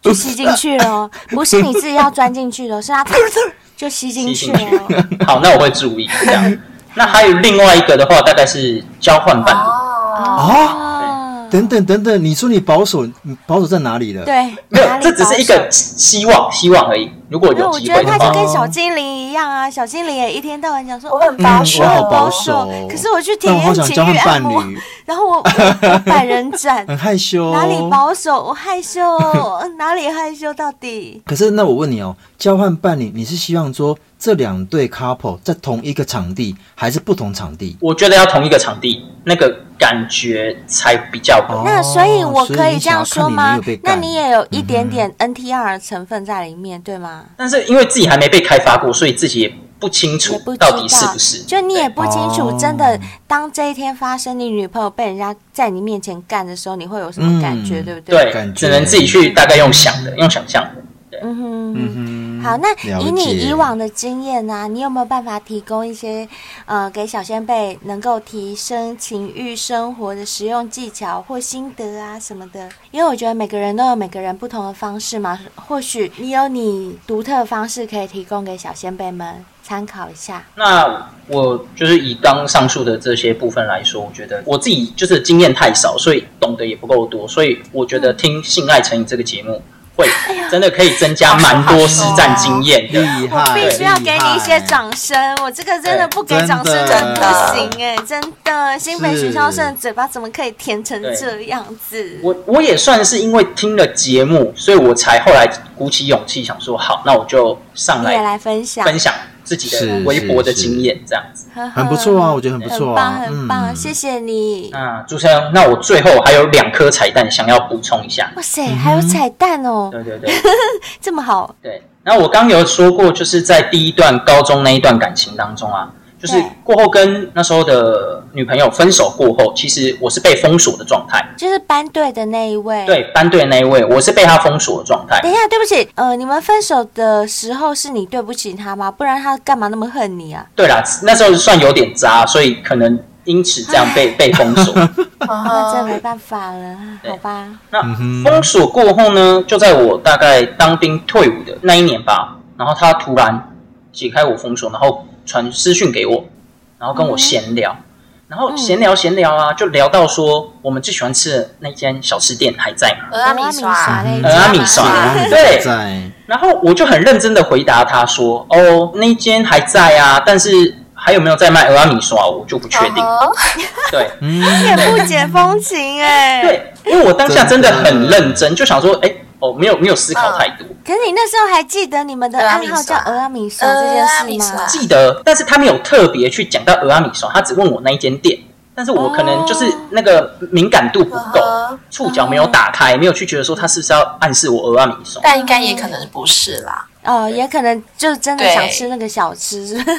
[SPEAKER 4] 就吸进去了 哦，不是你自己要钻进去的，是它就吸进去了哦。
[SPEAKER 6] 好，那我会注意这样。那还有另外一个的话，大概是交换伴侣。
[SPEAKER 3] 哦，
[SPEAKER 4] 哦，
[SPEAKER 5] 等等等等，你说你保守，你保守在哪里了？，
[SPEAKER 4] 对，
[SPEAKER 6] 没有
[SPEAKER 4] 哪，里
[SPEAKER 6] 这只是一个
[SPEAKER 4] 保守。
[SPEAKER 6] 希望，希望而已。如果
[SPEAKER 4] 因为
[SPEAKER 6] 有
[SPEAKER 4] 我
[SPEAKER 6] 机
[SPEAKER 4] 觉
[SPEAKER 6] 会
[SPEAKER 4] 得
[SPEAKER 6] 的
[SPEAKER 4] 他
[SPEAKER 6] 话
[SPEAKER 4] 就，跟小精灵一样啊，小精灵也一天到晚讲说
[SPEAKER 3] 我很保守，
[SPEAKER 5] 嗯我好保守
[SPEAKER 4] 守
[SPEAKER 5] 哦，
[SPEAKER 4] 可是我去体
[SPEAKER 5] 但我好
[SPEAKER 4] 验
[SPEAKER 5] 想
[SPEAKER 4] 情
[SPEAKER 5] 交换
[SPEAKER 4] 欲按
[SPEAKER 5] 伴
[SPEAKER 4] 摩，
[SPEAKER 5] 侣，哦
[SPEAKER 4] 然后我我我百人 斩，
[SPEAKER 5] 很害羞，
[SPEAKER 4] 哪里保守？我害 羞，嗯哪里害羞到底？
[SPEAKER 5] 可是那我问你哦，交换伴侣，你是希望说这两对 couple 在同一个场地，还是不同场地？
[SPEAKER 6] 我觉得要同一个场地，那个感觉才比较好。
[SPEAKER 5] 哦
[SPEAKER 4] 那所以我可以这样说吗？
[SPEAKER 5] 所以你想要看你没有被嗯
[SPEAKER 4] 那
[SPEAKER 5] 干
[SPEAKER 4] 你也有一点点 NTR 的成分在里面，对吗？
[SPEAKER 6] 但是因为自己还没被开发过，所以自己也不清
[SPEAKER 4] 也
[SPEAKER 6] 楚
[SPEAKER 4] 不知道
[SPEAKER 6] 到底是不是。
[SPEAKER 4] 就你也不清楚
[SPEAKER 5] 哦
[SPEAKER 4] 真的当这一天发生，你女朋友被人家在你面前干的时候，你会有什么感觉，
[SPEAKER 5] 嗯
[SPEAKER 4] 对不对？
[SPEAKER 6] 对，
[SPEAKER 5] 感觉
[SPEAKER 6] 只能自己去大概用想的，用想象的。
[SPEAKER 4] 嗯哼。
[SPEAKER 5] 嗯
[SPEAKER 4] 好，那
[SPEAKER 5] 了
[SPEAKER 4] 以你
[SPEAKER 5] 解
[SPEAKER 4] 以往的经验呢、你有没有办法提供一些呃给小先辈能够提升情欲生活的实用技巧或心得啊什么的？因为我觉得每个人都有每个人不同的方式嘛，或许你有你独特的方式可以提供给小先辈们参考一下。
[SPEAKER 6] 那我就是以刚上述的这些部分来说，我觉得我自己就是经验太少，所以懂得也不够多，所以我觉得听《性爱成瘾》这个节目会
[SPEAKER 4] 哎
[SPEAKER 6] 真的可以增加蛮多实
[SPEAKER 4] 哦
[SPEAKER 6] 战经验的。
[SPEAKER 5] 厉
[SPEAKER 4] 我
[SPEAKER 5] 害，
[SPEAKER 4] 必须要给你一些
[SPEAKER 5] 厉害。
[SPEAKER 4] 掌声，我这个真的不给
[SPEAKER 5] 对
[SPEAKER 4] 掌声
[SPEAKER 5] 真
[SPEAKER 4] 真
[SPEAKER 5] 的
[SPEAKER 4] 的不行哎、真的，新北
[SPEAKER 5] 是
[SPEAKER 4] 徐孝胜的嘴巴怎么可以甜成这样子？
[SPEAKER 6] 我我也算是因为听了节目，所以我才后来鼓起勇气想说，好，那我就上
[SPEAKER 4] 你也
[SPEAKER 6] 来
[SPEAKER 4] 来分享，
[SPEAKER 6] 分享自己
[SPEAKER 5] 是
[SPEAKER 6] 的微博的
[SPEAKER 5] 是
[SPEAKER 6] 经验，这样子。
[SPEAKER 4] 呵呵
[SPEAKER 5] 很不错啊，我觉得很不
[SPEAKER 4] 嗯很
[SPEAKER 5] 错
[SPEAKER 4] 棒，
[SPEAKER 5] 啊，
[SPEAKER 4] 很棒，
[SPEAKER 5] 嗯
[SPEAKER 4] 谢谢你。
[SPEAKER 6] 那啊主持人，那我最后还有两颗彩蛋想要补充一下。
[SPEAKER 4] 哇塞，还有彩蛋哦，
[SPEAKER 6] 对对对，
[SPEAKER 4] 这么好，
[SPEAKER 6] 对，那我刚有说过，就是在第一段高中那一段感情当中啊，就是
[SPEAKER 4] 对
[SPEAKER 6] 过后跟那时候的女朋友分手过后，其实我是被封锁的状态。
[SPEAKER 4] 就是班队的那一位。，
[SPEAKER 6] 对，班队那一位，我是被他封锁的状态
[SPEAKER 4] 等。一下，对不起，呃，你们分手的时候是你对不起他吗？不然他干嘛那么恨你啊？
[SPEAKER 6] 对啦，那时候算有点渣，所以可能因此这样被被封锁。
[SPEAKER 4] 那真
[SPEAKER 3] 嗯
[SPEAKER 4] 没办法了，好吧。
[SPEAKER 6] 那封锁过后呢，就在我大概当兵退伍的那一年吧，然后他突然解开我封锁，然后传私讯给我，然后跟我闲聊，然后闲聊闲聊啊，就聊到说我们最喜欢吃的那间小吃店还在吗？
[SPEAKER 3] 俄阿米
[SPEAKER 4] 蚵仔
[SPEAKER 3] 刷，
[SPEAKER 4] 米
[SPEAKER 6] 呃，阿米
[SPEAKER 5] 对啊
[SPEAKER 6] 刷，
[SPEAKER 5] 你
[SPEAKER 6] 对，
[SPEAKER 5] 在
[SPEAKER 6] 然后我就很认真的回答他说：“哦，那一间还在啊，但是还有没有在卖俄阿米刷，我就不确定。
[SPEAKER 3] 嗯哼
[SPEAKER 6] 对，
[SPEAKER 5] 嗯
[SPEAKER 4] 你也不解风情哎、
[SPEAKER 6] 对，因为我当下真的很认真，就想说，哎、哦，没有没有思考太多，
[SPEAKER 4] 可是你那时候还记得你们的暗号叫“
[SPEAKER 3] 俄
[SPEAKER 4] 俄阿米索”这件
[SPEAKER 3] 俄阿
[SPEAKER 4] 事
[SPEAKER 3] 米索
[SPEAKER 4] 吗？
[SPEAKER 6] 记得，但是他没有特别去讲到俄阿米刷，他只问我那一间店，但是我可能就是
[SPEAKER 4] 哦
[SPEAKER 6] 那个敏感度不够，
[SPEAKER 3] 嗯
[SPEAKER 6] 触角没有打开，没有去觉得说他是不是要暗示我俄阿米
[SPEAKER 4] 嗯
[SPEAKER 6] 刷。
[SPEAKER 3] 但应该也可能不是啦。
[SPEAKER 4] 哦，也可能就真的
[SPEAKER 3] 对
[SPEAKER 4] 想吃那个小吃，是不是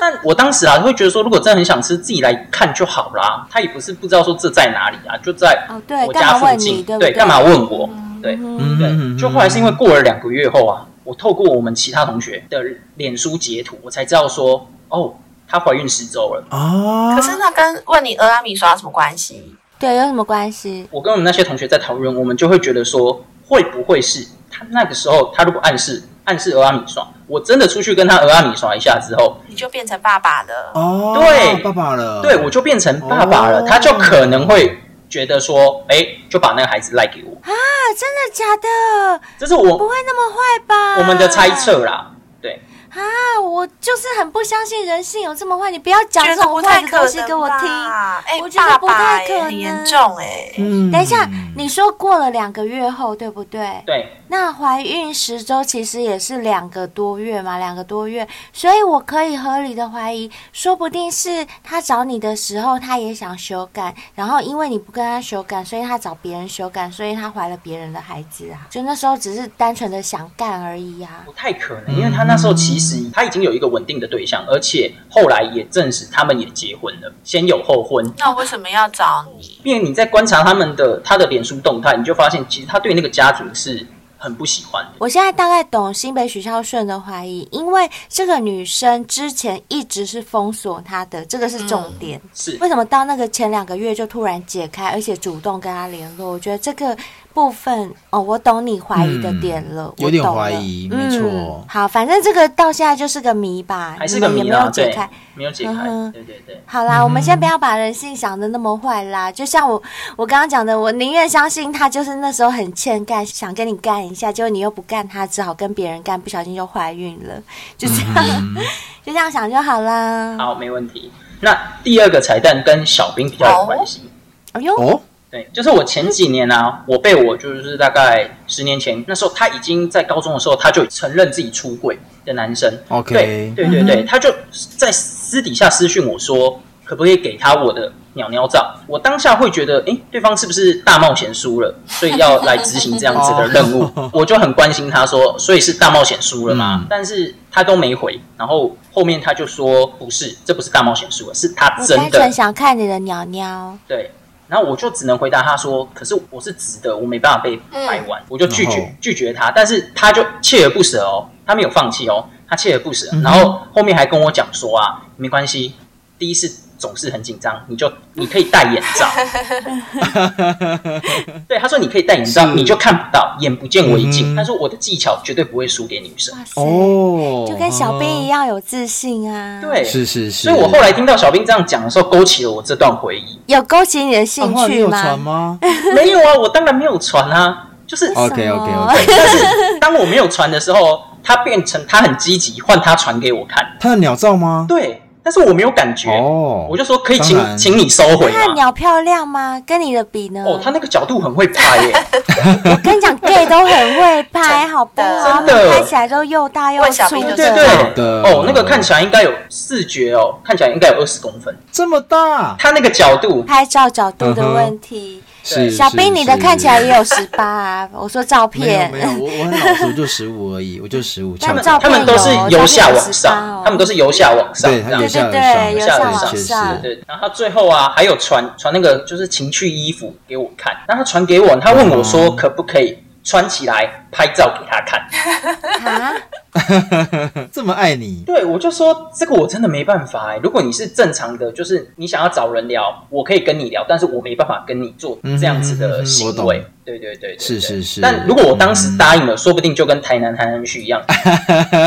[SPEAKER 6] 但我当时啊会觉得说，如果真的很想吃，自己来看就好啦。他也不是不知道说这在哪里啊，就在
[SPEAKER 4] 哦嗯对
[SPEAKER 6] 我
[SPEAKER 4] 干嘛
[SPEAKER 6] 家
[SPEAKER 4] 问
[SPEAKER 6] 附
[SPEAKER 4] 你
[SPEAKER 6] 近，
[SPEAKER 4] 对不对
[SPEAKER 6] 干嘛问我？对，
[SPEAKER 5] 嗯
[SPEAKER 6] 对，就后来是因为过了两个月后啊，我透过我们其他同学的脸书截图，我才知道说，哦，她怀孕十周了。
[SPEAKER 5] 啊
[SPEAKER 3] 可，是那跟问你俄阿米刷有什么关系？
[SPEAKER 4] 对，有什么关系？
[SPEAKER 6] 我跟我们那些同学在讨论，我们就会觉得说，会不会是她那个时候，她如果暗示暗示俄阿米刷，我真的出去跟他俄阿米刷一下之后，
[SPEAKER 3] 你就变成爸爸了。
[SPEAKER 5] 哦，
[SPEAKER 6] 对
[SPEAKER 5] 爸爸了，
[SPEAKER 6] 对我就变成爸爸了，
[SPEAKER 5] 哦
[SPEAKER 6] 他就可能会觉得说，哎、就把那个孩子赖给我，
[SPEAKER 4] 啊，真的假的？
[SPEAKER 6] 这是
[SPEAKER 4] 不
[SPEAKER 6] 我
[SPEAKER 4] 会啊那么坏吧？
[SPEAKER 6] 哦我们的猜测啦。对，
[SPEAKER 4] 啊！我就是很不相信人性有这么坏，你不要讲
[SPEAKER 3] 觉
[SPEAKER 4] 这
[SPEAKER 3] 得
[SPEAKER 4] 种
[SPEAKER 3] 不太
[SPEAKER 4] 坏的
[SPEAKER 3] 可
[SPEAKER 4] 东西
[SPEAKER 3] 能
[SPEAKER 4] 给我听。
[SPEAKER 3] 吧哎、
[SPEAKER 4] 我觉
[SPEAKER 3] 爸
[SPEAKER 4] 得不
[SPEAKER 3] 爸、
[SPEAKER 4] 太
[SPEAKER 3] 哎
[SPEAKER 4] 可能
[SPEAKER 3] 很严重哎、
[SPEAKER 5] 嗯
[SPEAKER 4] 等一下，你说过了两个月后，对不对？
[SPEAKER 6] 对，
[SPEAKER 4] 那怀孕十周其实也是两个多月嘛，两个多月，所以我可以合理的怀疑，说不定是他找你的时候，他也想修改，然后因为你不跟他修改，所以他找别人修改，所以他怀了别人的孩子啊，就那时候只是单纯的想干而已啊。
[SPEAKER 6] 不太可能，因为他那时候其实他已经有一个稳定的对象，而且后来也证实他们也结婚了，先有后婚。
[SPEAKER 3] 那为什么要找你？
[SPEAKER 6] 因为你在观察他们的他的脸书动态，你就发现其实他对那个家庭是很不喜欢的。
[SPEAKER 4] 我现在大概懂新北许孝顺的怀疑，因为这个女生之前一直是封锁她的，这个是重点。
[SPEAKER 6] 是
[SPEAKER 4] 为什么到那个前两个月就突然解开，而且主动跟她联络？我觉得这个部分哦，我懂你怀疑的点了，
[SPEAKER 5] 嗯有
[SPEAKER 4] 我
[SPEAKER 5] 点
[SPEAKER 4] 懂了
[SPEAKER 5] 怀疑
[SPEAKER 4] 嗯
[SPEAKER 5] 没错
[SPEAKER 4] 好，反正这个到现在就是个谜吧，
[SPEAKER 6] 还是个
[SPEAKER 4] 你
[SPEAKER 6] 谜
[SPEAKER 4] 们也没
[SPEAKER 6] 啦
[SPEAKER 4] 有，解
[SPEAKER 6] 对
[SPEAKER 4] 开。，
[SPEAKER 6] 没有解开
[SPEAKER 4] 嗯，哼
[SPEAKER 6] 对对对。
[SPEAKER 4] 好啦，我们先不要把人性想的那么坏啦。就像我我刚刚讲的，我宁愿相信他就是那时候很欠干，想跟你干一下，结果你又不干他，只好跟别人干，不小心就怀孕了，就这样，
[SPEAKER 6] 嗯
[SPEAKER 4] 就这样想就好啦。
[SPEAKER 6] 好，没问题。那第二个彩蛋跟小兵比较有关系。
[SPEAKER 4] 哎呦，
[SPEAKER 5] 哦，
[SPEAKER 6] 对，就是我前几年啊，我被我就是大概十年前那时候，他已经在高中的时候，他就承认自己出轨的男生。
[SPEAKER 5] OK
[SPEAKER 6] 对对对对，他就在私底下私讯我说，可不可以给他我的鸟鸟照？我当下会觉得，诶，对方是不是大冒险输了，所以要来执行这样子的任务？ 我就很关心他说，所以是大冒险输了吗？
[SPEAKER 5] 嗯
[SPEAKER 6] 但是他都没回，然后后面他就说不是，这不是大冒险输了，是他
[SPEAKER 4] 我
[SPEAKER 6] 真
[SPEAKER 4] 单
[SPEAKER 6] 的
[SPEAKER 4] 纯想看你的鸟鸟，
[SPEAKER 6] 对，然后我就只能回答他说：“可是我是直的，我没办法被掰弯。我就拒
[SPEAKER 5] 然后
[SPEAKER 6] 绝拒绝他，但是他就锲而不舍哦，他没有放弃哦，他锲而不舍。
[SPEAKER 5] 嗯
[SPEAKER 6] 然后后面还跟我讲说啊，没关系，第一次总是很紧张，你就你可以戴眼罩。对，他说你可以戴眼罩，你就看不到，眼不见为
[SPEAKER 5] 嗯
[SPEAKER 6] 净。
[SPEAKER 5] 哼
[SPEAKER 6] 他说我的技巧绝对不会输给女生。
[SPEAKER 4] 哇塞，
[SPEAKER 5] 哦，
[SPEAKER 4] 就跟小兵一
[SPEAKER 5] 样，
[SPEAKER 4] 样有自信啊，，
[SPEAKER 6] 对，
[SPEAKER 5] 是是是，
[SPEAKER 6] 所以我后来听到小兵这样讲的时候，勾起了我这段回忆。
[SPEAKER 4] 有勾起你的
[SPEAKER 5] 啊
[SPEAKER 4] 兴
[SPEAKER 6] 哦
[SPEAKER 5] 后来你
[SPEAKER 4] 趣
[SPEAKER 5] 有传
[SPEAKER 4] 吗？
[SPEAKER 5] 吗哦
[SPEAKER 6] 没有啊，我当然没有传啊，就是
[SPEAKER 5] ？OK OK
[SPEAKER 4] 为
[SPEAKER 5] OK，
[SPEAKER 6] 但是当我没有传的时候，他变成他很积极，换他传给我看。
[SPEAKER 5] 他的鸟照吗？
[SPEAKER 6] 对，但是我没有感觉，
[SPEAKER 5] 哦
[SPEAKER 6] 我就说可以
[SPEAKER 5] 当
[SPEAKER 6] 请
[SPEAKER 5] 然
[SPEAKER 6] 请你收回
[SPEAKER 4] 她的
[SPEAKER 6] 吗？
[SPEAKER 4] 鸟漂亮吗？跟你的比呢？
[SPEAKER 6] 哦，他那个角度很会拍 耶、
[SPEAKER 4] 我跟你讲，gay 都很会拍，好不好？
[SPEAKER 6] 真的
[SPEAKER 4] 拍起来都又大又
[SPEAKER 3] 问小
[SPEAKER 4] 粗
[SPEAKER 3] 兵
[SPEAKER 4] 的。
[SPEAKER 3] 就
[SPEAKER 6] 对
[SPEAKER 3] 知
[SPEAKER 6] 对
[SPEAKER 3] 道
[SPEAKER 5] 真的
[SPEAKER 6] 哦，那个看起来应该有视觉哦，看起来应该有二十公分。
[SPEAKER 5] 这么大，
[SPEAKER 6] 他那个角度，
[SPEAKER 4] 拍照角度的问题。
[SPEAKER 5] 嗯是
[SPEAKER 4] 小兵，
[SPEAKER 5] 是
[SPEAKER 4] 你的看起来
[SPEAKER 5] 是
[SPEAKER 4] 也有十八啊！ 我说照
[SPEAKER 5] 没有
[SPEAKER 4] 片
[SPEAKER 5] 没，有，我我很老实，我就十五而已，我就十 五，
[SPEAKER 6] 他
[SPEAKER 5] 差不
[SPEAKER 6] 们
[SPEAKER 5] 多
[SPEAKER 4] 照
[SPEAKER 6] 他
[SPEAKER 4] 片
[SPEAKER 6] 们都是
[SPEAKER 4] 有
[SPEAKER 6] 由下
[SPEAKER 4] 照片有
[SPEAKER 6] 往上，
[SPEAKER 4] 18哦
[SPEAKER 6] 他们都是由下往上，
[SPEAKER 5] 对，他
[SPEAKER 6] 这样
[SPEAKER 5] 有
[SPEAKER 4] 对
[SPEAKER 5] 下有
[SPEAKER 4] 对
[SPEAKER 5] 上，
[SPEAKER 4] 对
[SPEAKER 6] 有上有
[SPEAKER 5] 是
[SPEAKER 6] 上
[SPEAKER 5] 确实
[SPEAKER 4] 上
[SPEAKER 6] 对，然后他最后啊，还有传传那个就是情趣衣服给我看，然后他传给我，他问我说
[SPEAKER 5] 嗯
[SPEAKER 6] 可不可以穿起来拍照给他看。
[SPEAKER 4] 啊，
[SPEAKER 5] 这么爱你，
[SPEAKER 6] 对，我就说这个我真的没办法哎、如果你是正常的，就是你想要找人聊，我可以跟你聊，但是我没办法跟你做这样子
[SPEAKER 5] 嗯哼嗯哼
[SPEAKER 6] 的
[SPEAKER 5] 嗯
[SPEAKER 6] 行
[SPEAKER 5] 我懂
[SPEAKER 6] 为。对对对对，
[SPEAKER 5] 是
[SPEAKER 6] 对
[SPEAKER 5] 是是
[SPEAKER 6] 但如果我当时答应了，说不定就跟台南韩安旭一 样，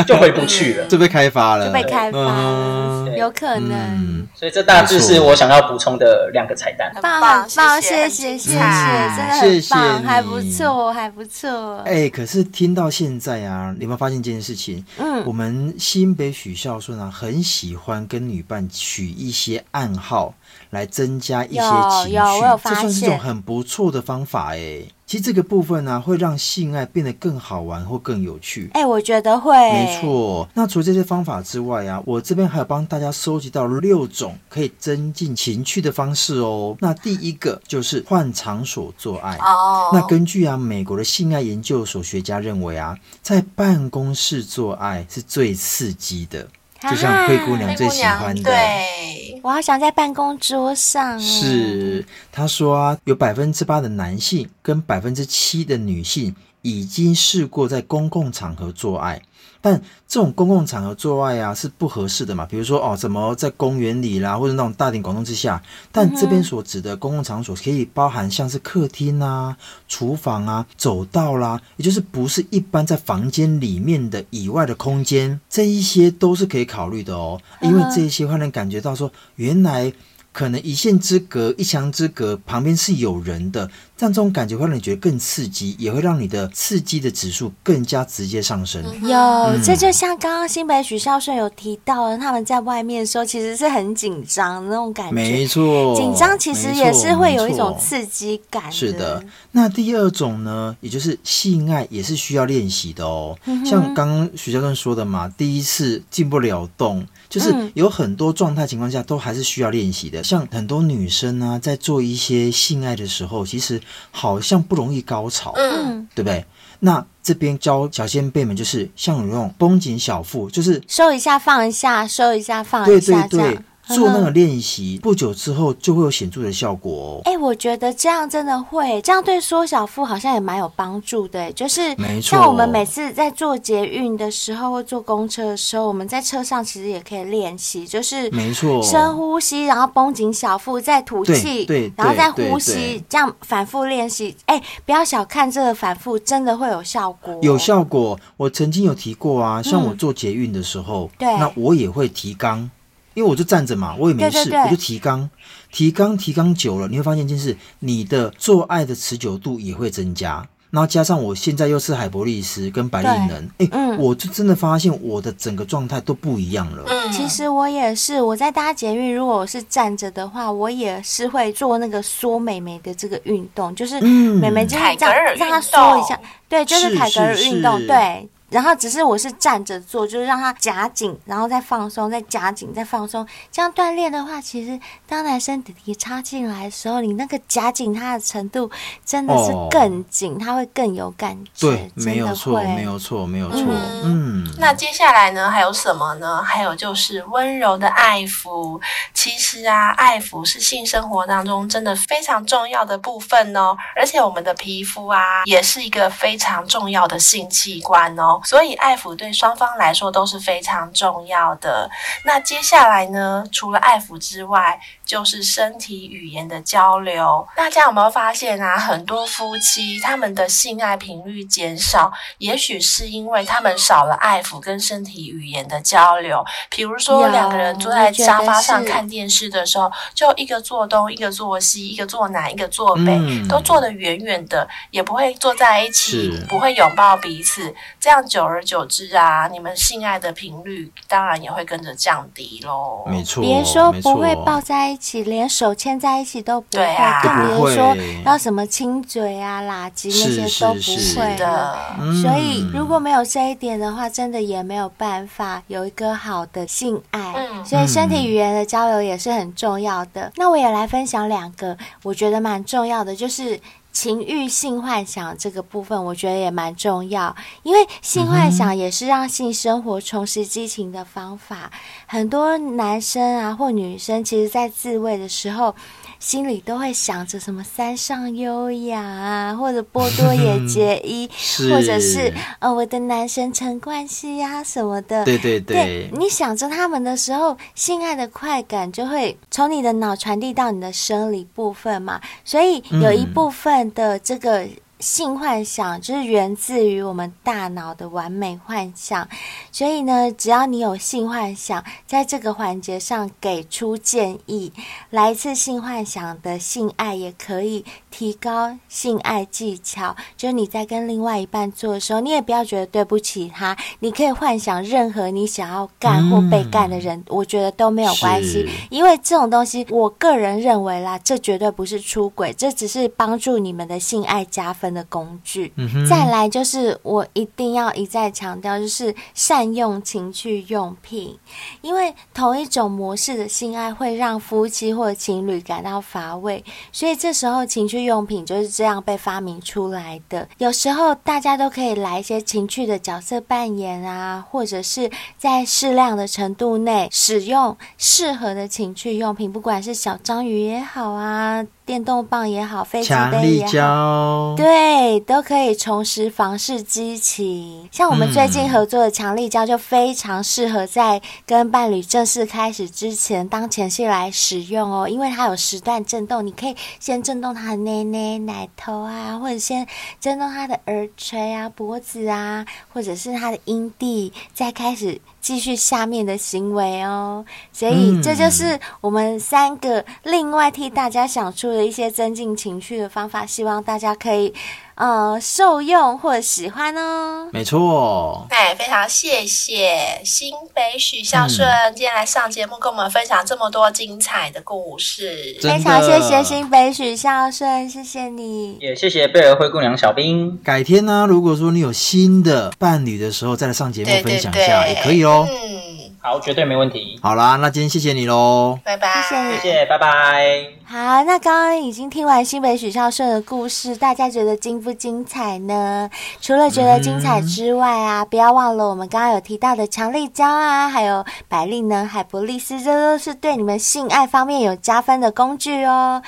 [SPEAKER 6] 就回不去了。
[SPEAKER 5] 这被开发了，
[SPEAKER 4] 就被开发了，
[SPEAKER 6] 嗯
[SPEAKER 4] 有可能。
[SPEAKER 5] 嗯，
[SPEAKER 6] 所以这大致是我想要补充的两个彩蛋。
[SPEAKER 3] 很
[SPEAKER 4] 棒，
[SPEAKER 3] 棒，
[SPEAKER 4] 很棒，
[SPEAKER 3] 谢
[SPEAKER 4] 谢谢，谢谢，真
[SPEAKER 3] 精
[SPEAKER 4] 的
[SPEAKER 3] 彩
[SPEAKER 4] 很
[SPEAKER 5] 谢谢
[SPEAKER 4] 棒，
[SPEAKER 5] 你
[SPEAKER 4] 还不错，还不错。
[SPEAKER 5] 哎、可是听到现在啊，你有没有发现这件事情？我
[SPEAKER 4] 嗯，
[SPEAKER 5] 们新北许孝顺啊，很喜欢跟女伴取一些暗号来增加一些情绪
[SPEAKER 4] 有有我有，发
[SPEAKER 5] 这算是一种
[SPEAKER 4] 现
[SPEAKER 5] 很不错的方法哎、其实这个部分呢、会让性爱变得更好玩或更有趣。
[SPEAKER 4] 哎，我觉得会，
[SPEAKER 5] 没，错，那除了这些方法之外啊，我这边还有帮大家收集到六种可以增进情趣的方式哦。那第一个就是换场所做爱。
[SPEAKER 3] 哦。
[SPEAKER 5] 那根据啊美国的性爱研究所学家认为啊，在办公室做爱是最刺激的，就像灰姑娘
[SPEAKER 3] 啊灰
[SPEAKER 5] 最
[SPEAKER 3] 姑
[SPEAKER 5] 喜
[SPEAKER 3] 娘
[SPEAKER 5] 欢的。
[SPEAKER 3] 对，
[SPEAKER 4] 我好想在办公桌上。，哦
[SPEAKER 5] 是，他说啊，有百分之八的男性跟百分之七的女性已经试过在公共场合做爱，但这种公共场合做爱啊是不合适的嘛？比如说哦，怎么在公园里啦，或者那种大庭广众之下。但这边所指的公共场所可以包含像是客厅啊、厨房啊、走道啦，也就是不是一般在房间里面的以外的空间，这一些都是可以考虑的哦。因为这一些会让人感觉到说，原来。可能一线之隔、一墙之隔，旁边是有人的，但这种感觉会让你觉得更刺激，也会让你的刺激的指数更加直接上升。
[SPEAKER 4] 有，
[SPEAKER 5] 嗯
[SPEAKER 4] 这就像刚刚新北许孝顺有提到的，他们在外面的时候其实是很紧张的那种感觉，
[SPEAKER 5] 没错，
[SPEAKER 4] 紧张其实也是会有一种
[SPEAKER 5] 激。
[SPEAKER 4] 刺激感。
[SPEAKER 5] 是的，，那第二种呢，也就是性爱也是需要练习的哦。像刚刚徐教授说的嘛，第一次进不了洞，就是有很多状态情况下都还是需要练习的。像很多女生呢、在做一些性爱的时候，其实好像不容易高潮。
[SPEAKER 3] 嗯，
[SPEAKER 4] 嗯，
[SPEAKER 5] 对不对？那这边教小先辈们，就是像有那种绷紧小腹，就是
[SPEAKER 4] 收一下放一下，收一下放
[SPEAKER 5] 对
[SPEAKER 4] 一
[SPEAKER 5] 对
[SPEAKER 4] 啊下，嗯这
[SPEAKER 5] 对
[SPEAKER 4] 样。，
[SPEAKER 5] 做那个练习，不久之后就会有显著的效果哦。
[SPEAKER 4] 哎、我觉得这样真的会，这样对缩小腹好像也蛮有帮助的。就是
[SPEAKER 5] 没错
[SPEAKER 4] 像我们每次在坐捷运的时候或坐公车的时候，我们在车上其实也可以练习，就是
[SPEAKER 5] 没错
[SPEAKER 4] 深呼吸，然后绷紧小腹，再吐气，
[SPEAKER 5] 对对
[SPEAKER 4] 然后再
[SPEAKER 5] 对
[SPEAKER 4] 呼
[SPEAKER 5] 对
[SPEAKER 4] 吸，这样反复练习。哎、不要小看这个反复，真的会有效果，哦
[SPEAKER 5] 有。效果，我曾经有提过啊，像我做捷运的时候，
[SPEAKER 4] 嗯对
[SPEAKER 5] 那我也会提肛，因为我就站着嘛，我也没事，
[SPEAKER 4] 对对对
[SPEAKER 5] 我就提肛，提肛提肛久了，你会发现一件事，你的做爱的持久度也会增加。然后加上我现在又是海博利斯跟白丽人，哎、
[SPEAKER 4] 嗯
[SPEAKER 5] 我就真的发现我的整个状态都不一样了。
[SPEAKER 4] 其实我也是，我在搭捷运，如果我是站着的话，我也是会做那个缩美眉的这个运动，就是
[SPEAKER 5] 嗯
[SPEAKER 4] 美眉就是
[SPEAKER 3] 凯
[SPEAKER 4] 这
[SPEAKER 3] 格
[SPEAKER 4] 样
[SPEAKER 3] 尔运
[SPEAKER 4] 让
[SPEAKER 3] 动
[SPEAKER 4] 它缩一下，对，就是是凯格尔
[SPEAKER 5] 是
[SPEAKER 4] 运动，
[SPEAKER 5] 是
[SPEAKER 4] 对。然后只是我是站着做，就是让它夹紧，然后再放松，再夹紧，再放松。这样锻炼的话，其实当男生弟弟插进来的时候，你那个夹紧它的程度真的是
[SPEAKER 5] 哦
[SPEAKER 4] 更紧，它会更有感觉。
[SPEAKER 5] 对，
[SPEAKER 4] 真
[SPEAKER 5] 没有
[SPEAKER 4] 的
[SPEAKER 5] 错，
[SPEAKER 4] 会
[SPEAKER 5] 没有错，没有错。嗯，
[SPEAKER 3] 那接下来呢，还有什么呢？还有就是温柔的爱抚。其实啊，爱抚是性生活当中真的非常重要的部分哦。而且我们的皮肤啊，也是一个非常重要的性器官哦。所以爱抚对双方来说都是非常重要的。那接下来呢，除了爱抚之外，就是身体语言的交流。大家有没有发现啊？很多夫妻他们的性爱频率减少，也许是因为他们少了爱抚跟身体语言的交流。比如说，
[SPEAKER 4] 有
[SPEAKER 3] 两个人坐在沙发
[SPEAKER 4] 我
[SPEAKER 3] 上
[SPEAKER 4] 觉得是
[SPEAKER 3] 看电视的时候，就一个坐东，一个坐西，一个坐南，一个坐北，
[SPEAKER 5] 嗯
[SPEAKER 3] 都坐得远远的，也不会坐在一起
[SPEAKER 5] 是，
[SPEAKER 3] 不会拥抱彼此。这样久而久之啊，你们性爱的频率当然也会跟着降低喽。
[SPEAKER 5] 没错，
[SPEAKER 4] 别说
[SPEAKER 5] 没
[SPEAKER 4] 不会
[SPEAKER 5] 错
[SPEAKER 4] 抱在一起，连手牵在一起都不
[SPEAKER 3] 对
[SPEAKER 4] 会，
[SPEAKER 3] 啊
[SPEAKER 4] 更
[SPEAKER 5] 都不
[SPEAKER 4] 别说
[SPEAKER 5] 会
[SPEAKER 4] 要什么亲嘴啊、拉鸡那
[SPEAKER 5] 是
[SPEAKER 4] 些都
[SPEAKER 5] 是
[SPEAKER 4] 不
[SPEAKER 5] 是
[SPEAKER 4] 会了。
[SPEAKER 3] 的。
[SPEAKER 5] 嗯
[SPEAKER 4] 所以如果没有这一点的话，真的也没有办法有一个好的性爱。
[SPEAKER 3] 嗯
[SPEAKER 4] 所以身体语言的交流也是很重要的。那我也来分享两个，我觉得蛮重要的，就是。情欲性幻想这个部分，我觉得也蛮重要，因为性幻
[SPEAKER 5] 嗯
[SPEAKER 4] 想也是让性生活重拾激情的方法。很多男生啊或女生，其实在自慰的时候，心里都会想着什么三上优雅啊，或者波多野结衣
[SPEAKER 5] 是，
[SPEAKER 4] 或者是呃我的男神陈冠希呀、什么的。
[SPEAKER 5] 对对
[SPEAKER 4] 对，你想着他们的时候，性爱的快感就会从你的脑传递到你的生理部分嘛，所以有一
[SPEAKER 5] 嗯
[SPEAKER 4] 部分的这个。性幻想就是源自于我们大脑的完美幻想，所以呢，只要你有性幻想，在这个环节上给出建议，来一次性幻想的性爱也可以提高性爱技巧。就是你在跟另外一半做的时候，你也不要觉得对不起他，你可以幻想任何你想要干或被干的人，我觉得都没有关系
[SPEAKER 5] 是，
[SPEAKER 4] 因为这种东西，我个人认为啦，这绝对不是出轨，这只是帮助你们的性爱加分的工具。
[SPEAKER 5] 嗯哼
[SPEAKER 4] 再来就是我一定要一再强调，就是善用情趣用品，因为同一种模式的性爱会让夫妻或情侣感到乏味，所以这时候情趣用品就是这样被发明出来的。有时候大家都可以来一些情趣的角色扮演啊，或者是在适量的程度内使用适合的情趣用品，不管是小章鱼也好啊，电动棒也好，飞机
[SPEAKER 5] 强
[SPEAKER 4] 杯
[SPEAKER 5] 力
[SPEAKER 4] 也好。
[SPEAKER 5] 胶，
[SPEAKER 4] 对，类都可以重拾房事激情。像我们最近合作的强力胶就非常适合在跟伴侣正式开始之前当前戏来使用哦，因为它有时段震动，你可以先震动他的内内、奶头啊，或者先震动他的耳垂啊、脖子啊，或者是他的阴蒂，再开始继续下面的行为哦。所以
[SPEAKER 5] 嗯
[SPEAKER 4] 这就是我们三个另外替大家想出的一些增进情趣的方法，希望大家可以呃受用或者喜欢 哦。
[SPEAKER 5] 没错，
[SPEAKER 3] 哎，非常谢谢新北许孝顺、
[SPEAKER 5] 嗯
[SPEAKER 3] 今天来上节目，跟我们分享这么多精彩的故事。
[SPEAKER 5] 真的
[SPEAKER 4] 非常谢谢新北许孝顺，谢谢你。
[SPEAKER 6] 也谢谢贝尔灰姑娘小兵。
[SPEAKER 5] 改天呢、如果说你有新的伴侣的时候，再来上节目
[SPEAKER 3] 对
[SPEAKER 5] 分
[SPEAKER 3] 对
[SPEAKER 5] 享一
[SPEAKER 3] 对，
[SPEAKER 5] 下也可以哦。
[SPEAKER 3] 嗯，
[SPEAKER 6] 好，绝对没问题。
[SPEAKER 5] 好啦，那今天谢谢你喽。
[SPEAKER 3] 拜拜，
[SPEAKER 4] 谢谢
[SPEAKER 6] 谢谢，拜拜。
[SPEAKER 4] 好，那刚刚已经听完新北许孝顺的故事，大家觉得精不精彩呢？除了觉得精彩之外啊，不要忘了我们刚刚有提到的强力胶啊，还有百利能、海博利斯，这都是对你们性爱方面有加分的工具哦。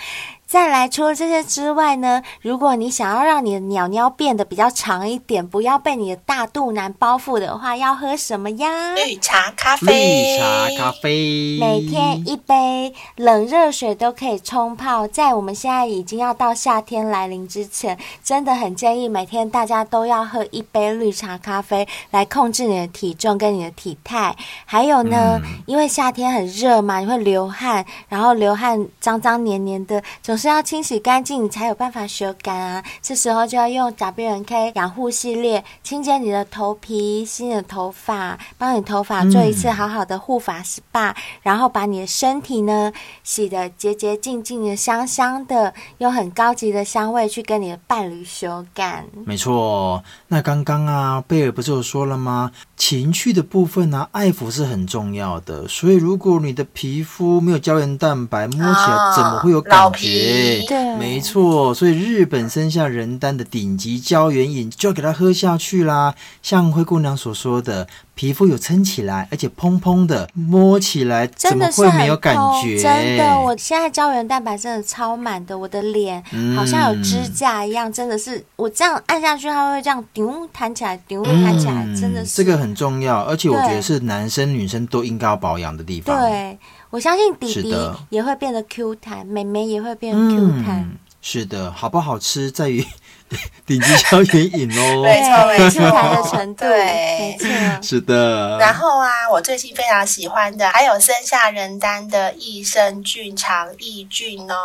[SPEAKER 4] 再来，除了这些之外呢，如果你想要让你的鸟鸟变得比较长一点，不要被你的大肚腩包覆的话，要喝什么呀？
[SPEAKER 3] 绿茶咖啡，
[SPEAKER 5] 绿茶咖啡，
[SPEAKER 4] 每天一杯冷热水都可以冲泡，在我们现在已经要到夏天来临之前，真的很建议每天大家都要喝一杯绿茶咖啡来控制你的体重跟你的体态。还有呢，因为夏天很热嘛，你会流汗，然后流汗脏脏黏黏的，总是要清洗干净，你才有办法修干啊。这时候就要用 WNK 养护系列清洁你的头皮、洗你的头发，帮你头发做一
[SPEAKER 5] 嗯
[SPEAKER 4] 次好好的护发 SPA，、然后把你的身体呢洗得洁洁净净的、香香的，用很高级的香味去跟你的伴侣修干。
[SPEAKER 5] 没错，那刚刚啊，贝尔不是有说了吗？情绪的部分呢、爱抚是很重要的。所以如果你的皮肤没有胶原蛋白，摸起来
[SPEAKER 3] 啊
[SPEAKER 5] 怎么会有
[SPEAKER 3] 老
[SPEAKER 5] 感
[SPEAKER 3] 皮
[SPEAKER 5] 觉？
[SPEAKER 4] 对
[SPEAKER 5] 没错。所以日本生下人丹的顶级胶原饮就要给它喝下去啦。像灰姑娘所说的，皮肤有撑起来，而且蓬蓬的，摸起来怎
[SPEAKER 4] 真
[SPEAKER 5] 么
[SPEAKER 4] 的是
[SPEAKER 5] 会
[SPEAKER 4] 很
[SPEAKER 5] 没有感
[SPEAKER 4] 痛
[SPEAKER 5] 觉？
[SPEAKER 4] 真的，我现在胶原蛋白真的超满的，我的脸
[SPEAKER 5] 嗯
[SPEAKER 4] 好像有支架一样，真的是我这样按下去，它会这样丢弹起来，丢弹起来，真的是
[SPEAKER 5] 嗯这个很重要，而且我觉
[SPEAKER 4] 对
[SPEAKER 5] 得是男生女生都应该要保养的地方。。
[SPEAKER 4] 对。我相信弟
[SPEAKER 5] 是
[SPEAKER 4] 弟
[SPEAKER 5] 的
[SPEAKER 4] 也会变得 Q 弹，妹妹也会变得 Q 弹。
[SPEAKER 5] 嗯。是的，好不好吃在于 顶级消炎饮哦。
[SPEAKER 3] 没错
[SPEAKER 4] 对
[SPEAKER 3] 没错
[SPEAKER 4] ，Q 弹的程度，
[SPEAKER 3] 对
[SPEAKER 4] 没错。
[SPEAKER 5] 是的。
[SPEAKER 3] 然后啊，我最近非常喜欢的还有生下人丹的益生菌肠益菌哦，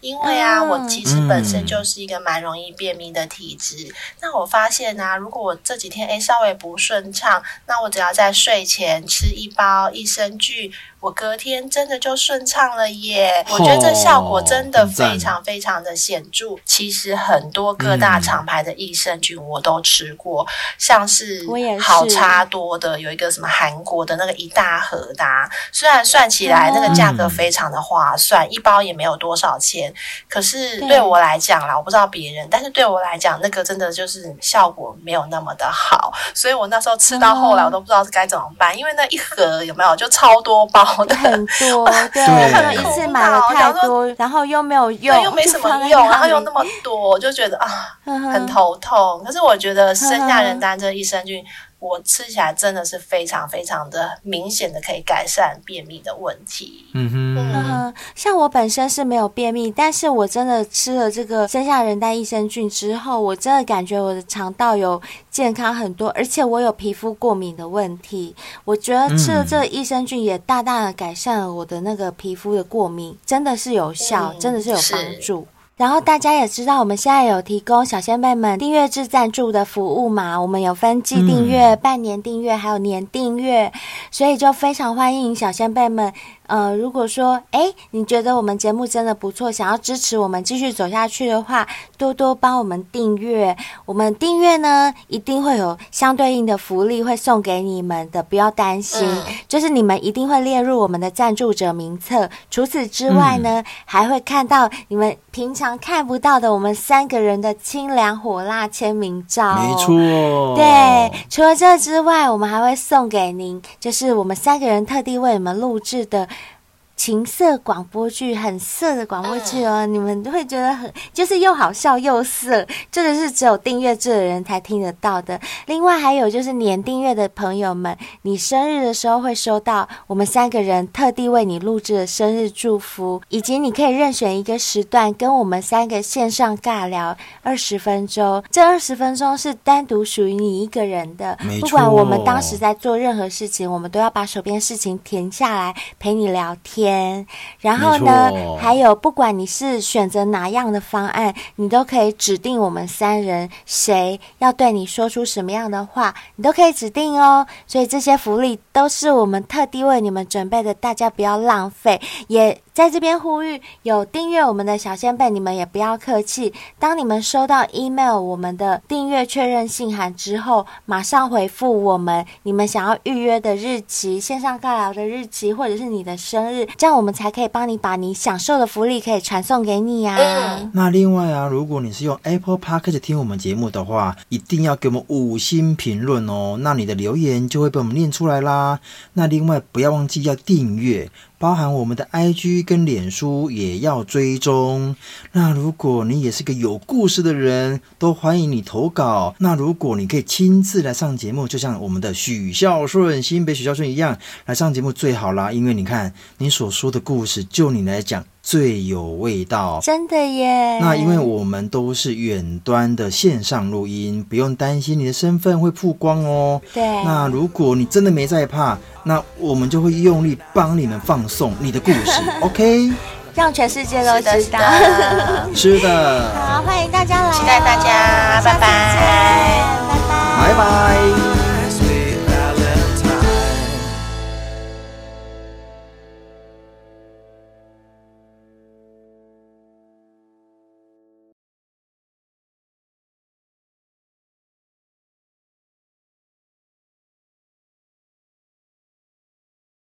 [SPEAKER 3] 因为啊，
[SPEAKER 4] 嗯
[SPEAKER 3] 我其实本身就是一个蛮容易便秘的体质。那我发现啊，如果我这几天诶稍微不顺畅，那我只要在睡前吃一包益生菌，我隔天真的就顺畅了耶！我觉得这效果真的
[SPEAKER 5] 很赞
[SPEAKER 3] 非常非常的显著。其实很多各大
[SPEAKER 5] 嗯
[SPEAKER 3] 厂牌的益生菌我都吃过，像是
[SPEAKER 4] 我也是
[SPEAKER 3] 好差多的，有一个什么韩国的那个一大盒的、啊，虽然算起
[SPEAKER 4] 哦
[SPEAKER 3] 来那个价格非常的划算，一包也没有多少钱，可是
[SPEAKER 4] 对
[SPEAKER 3] 对我来讲啦，我不知道别人，但是对我来讲，那个真的就是效果没有那么的好，所以我那时候吃到后
[SPEAKER 4] 哦
[SPEAKER 3] 来，我都不知道该怎么办，因为那一盒有没有就超多包的，
[SPEAKER 4] 很多，对，
[SPEAKER 5] 对
[SPEAKER 4] 就一次买了太多，然后又没有用，
[SPEAKER 3] 又没什
[SPEAKER 4] 就放
[SPEAKER 3] 么
[SPEAKER 4] 在
[SPEAKER 3] 用，
[SPEAKER 4] 那
[SPEAKER 3] 然后又
[SPEAKER 4] 里
[SPEAKER 3] 那么多，我就觉得啊，
[SPEAKER 4] 嗯哼
[SPEAKER 3] 很头痛。可是我觉得生下人丹这益生菌，我吃起来真的是非常非常的明显的可以改善便秘的问题。
[SPEAKER 5] 嗯
[SPEAKER 4] 嗯
[SPEAKER 5] 哼，
[SPEAKER 4] 哼，像我本身是没有便秘，但是我真的吃了这个生下人丹益生菌之后，我真的感觉我的肠道有健康很多，而且我有皮肤过敏的问题。我觉得吃了这
[SPEAKER 3] 嗯
[SPEAKER 4] 个益生菌也大大的改善了我的那个皮肤的过敏，真的是有效，
[SPEAKER 3] 嗯
[SPEAKER 4] 真的是有
[SPEAKER 3] 是
[SPEAKER 4] 帮助。然后大家也知道，我们现在有提供小先辈们订阅制赞助的服务嘛，我们有分季订阅、
[SPEAKER 3] 嗯
[SPEAKER 4] 半年订阅，还有年订阅，所以就非常欢迎小先辈们。呃，如果说哎，你觉得我们节目真的不错，想要支持我们继续走下去的话，多多帮我们订阅。我们订阅呢，一定会有相对应的福利会送给你们的，不要担心。
[SPEAKER 3] 嗯
[SPEAKER 4] 就是你们一定会列入我们的赞助者名册。除此之外
[SPEAKER 5] 嗯
[SPEAKER 4] 呢，还会看到你们平常看不到的我们三个人的清凉火辣签名照。
[SPEAKER 5] 没。错。
[SPEAKER 4] 对，除了这之外，我们还会送给您，就是我们三个人特地为你们录制的情色广播剧，很色的广播剧哦，你们都会觉得很就是又好笑又色，这个是只有订阅制的人才听得到的。另外还有就是年订阅的朋友们，你生日的时候会收到我们三个人特地为你录制的生日祝福，以及你可以任选一个时段跟我们三个线上尬聊二十分钟。这二十分钟是单独属于你一个人的
[SPEAKER 5] 没，
[SPEAKER 4] 不管
[SPEAKER 5] 错
[SPEAKER 4] 我们当时在做任何事情，我们都要把手边事情停下来陪你聊天。然后呢
[SPEAKER 5] 没错，
[SPEAKER 4] 还有不管你是选择哪样的方案，你都可以指定我们三人谁要对你说出什么样的话，你都可以指定哦。所以这些福利都是我们特地为你们准备的，大家不要浪费。也在这边呼吁，有订阅我们的小先辈，你们也不要客气。当你们收到 email 我们的订阅确认信函之后，马上回复我们你们想要预约的日期、线上尬聊的日期，或者是你的生日，这样我们才可以帮你把你享受的福利可以传送给你呀、啊
[SPEAKER 3] 嗯
[SPEAKER 5] 那另外啊，如果你是用 Apple Podcast 听我们节目的话，一定要给我们五星评论哦，那你的留言就会被我们念出来啦。那另外不要忘记要订阅，包含我们的 IG 跟脸书也要追踪。那如果你也是个有故事的人，都欢迎你投稿。那如果你可以亲自来上节目，就像我们的许孝顺、新北许孝顺一样来上节目最好啦，因为你看你所说的故事，就你来讲最有味道。
[SPEAKER 4] 真的耶！
[SPEAKER 5] 那因为我们都是远端的线上录音，不用担心你的身份会曝光哦。
[SPEAKER 4] 对
[SPEAKER 5] 那如果你真的没在怕，那我们就会用力帮你们放送你的故事，OK？
[SPEAKER 4] 让全世界都
[SPEAKER 3] 是的，
[SPEAKER 4] 知
[SPEAKER 3] 是
[SPEAKER 4] 道。
[SPEAKER 3] 的，
[SPEAKER 5] 是的，
[SPEAKER 4] 好，欢迎大家来哦，
[SPEAKER 3] 期待大
[SPEAKER 4] 下
[SPEAKER 3] 家
[SPEAKER 4] 次
[SPEAKER 3] 拜拜
[SPEAKER 4] 见拜拜。
[SPEAKER 5] 拜拜。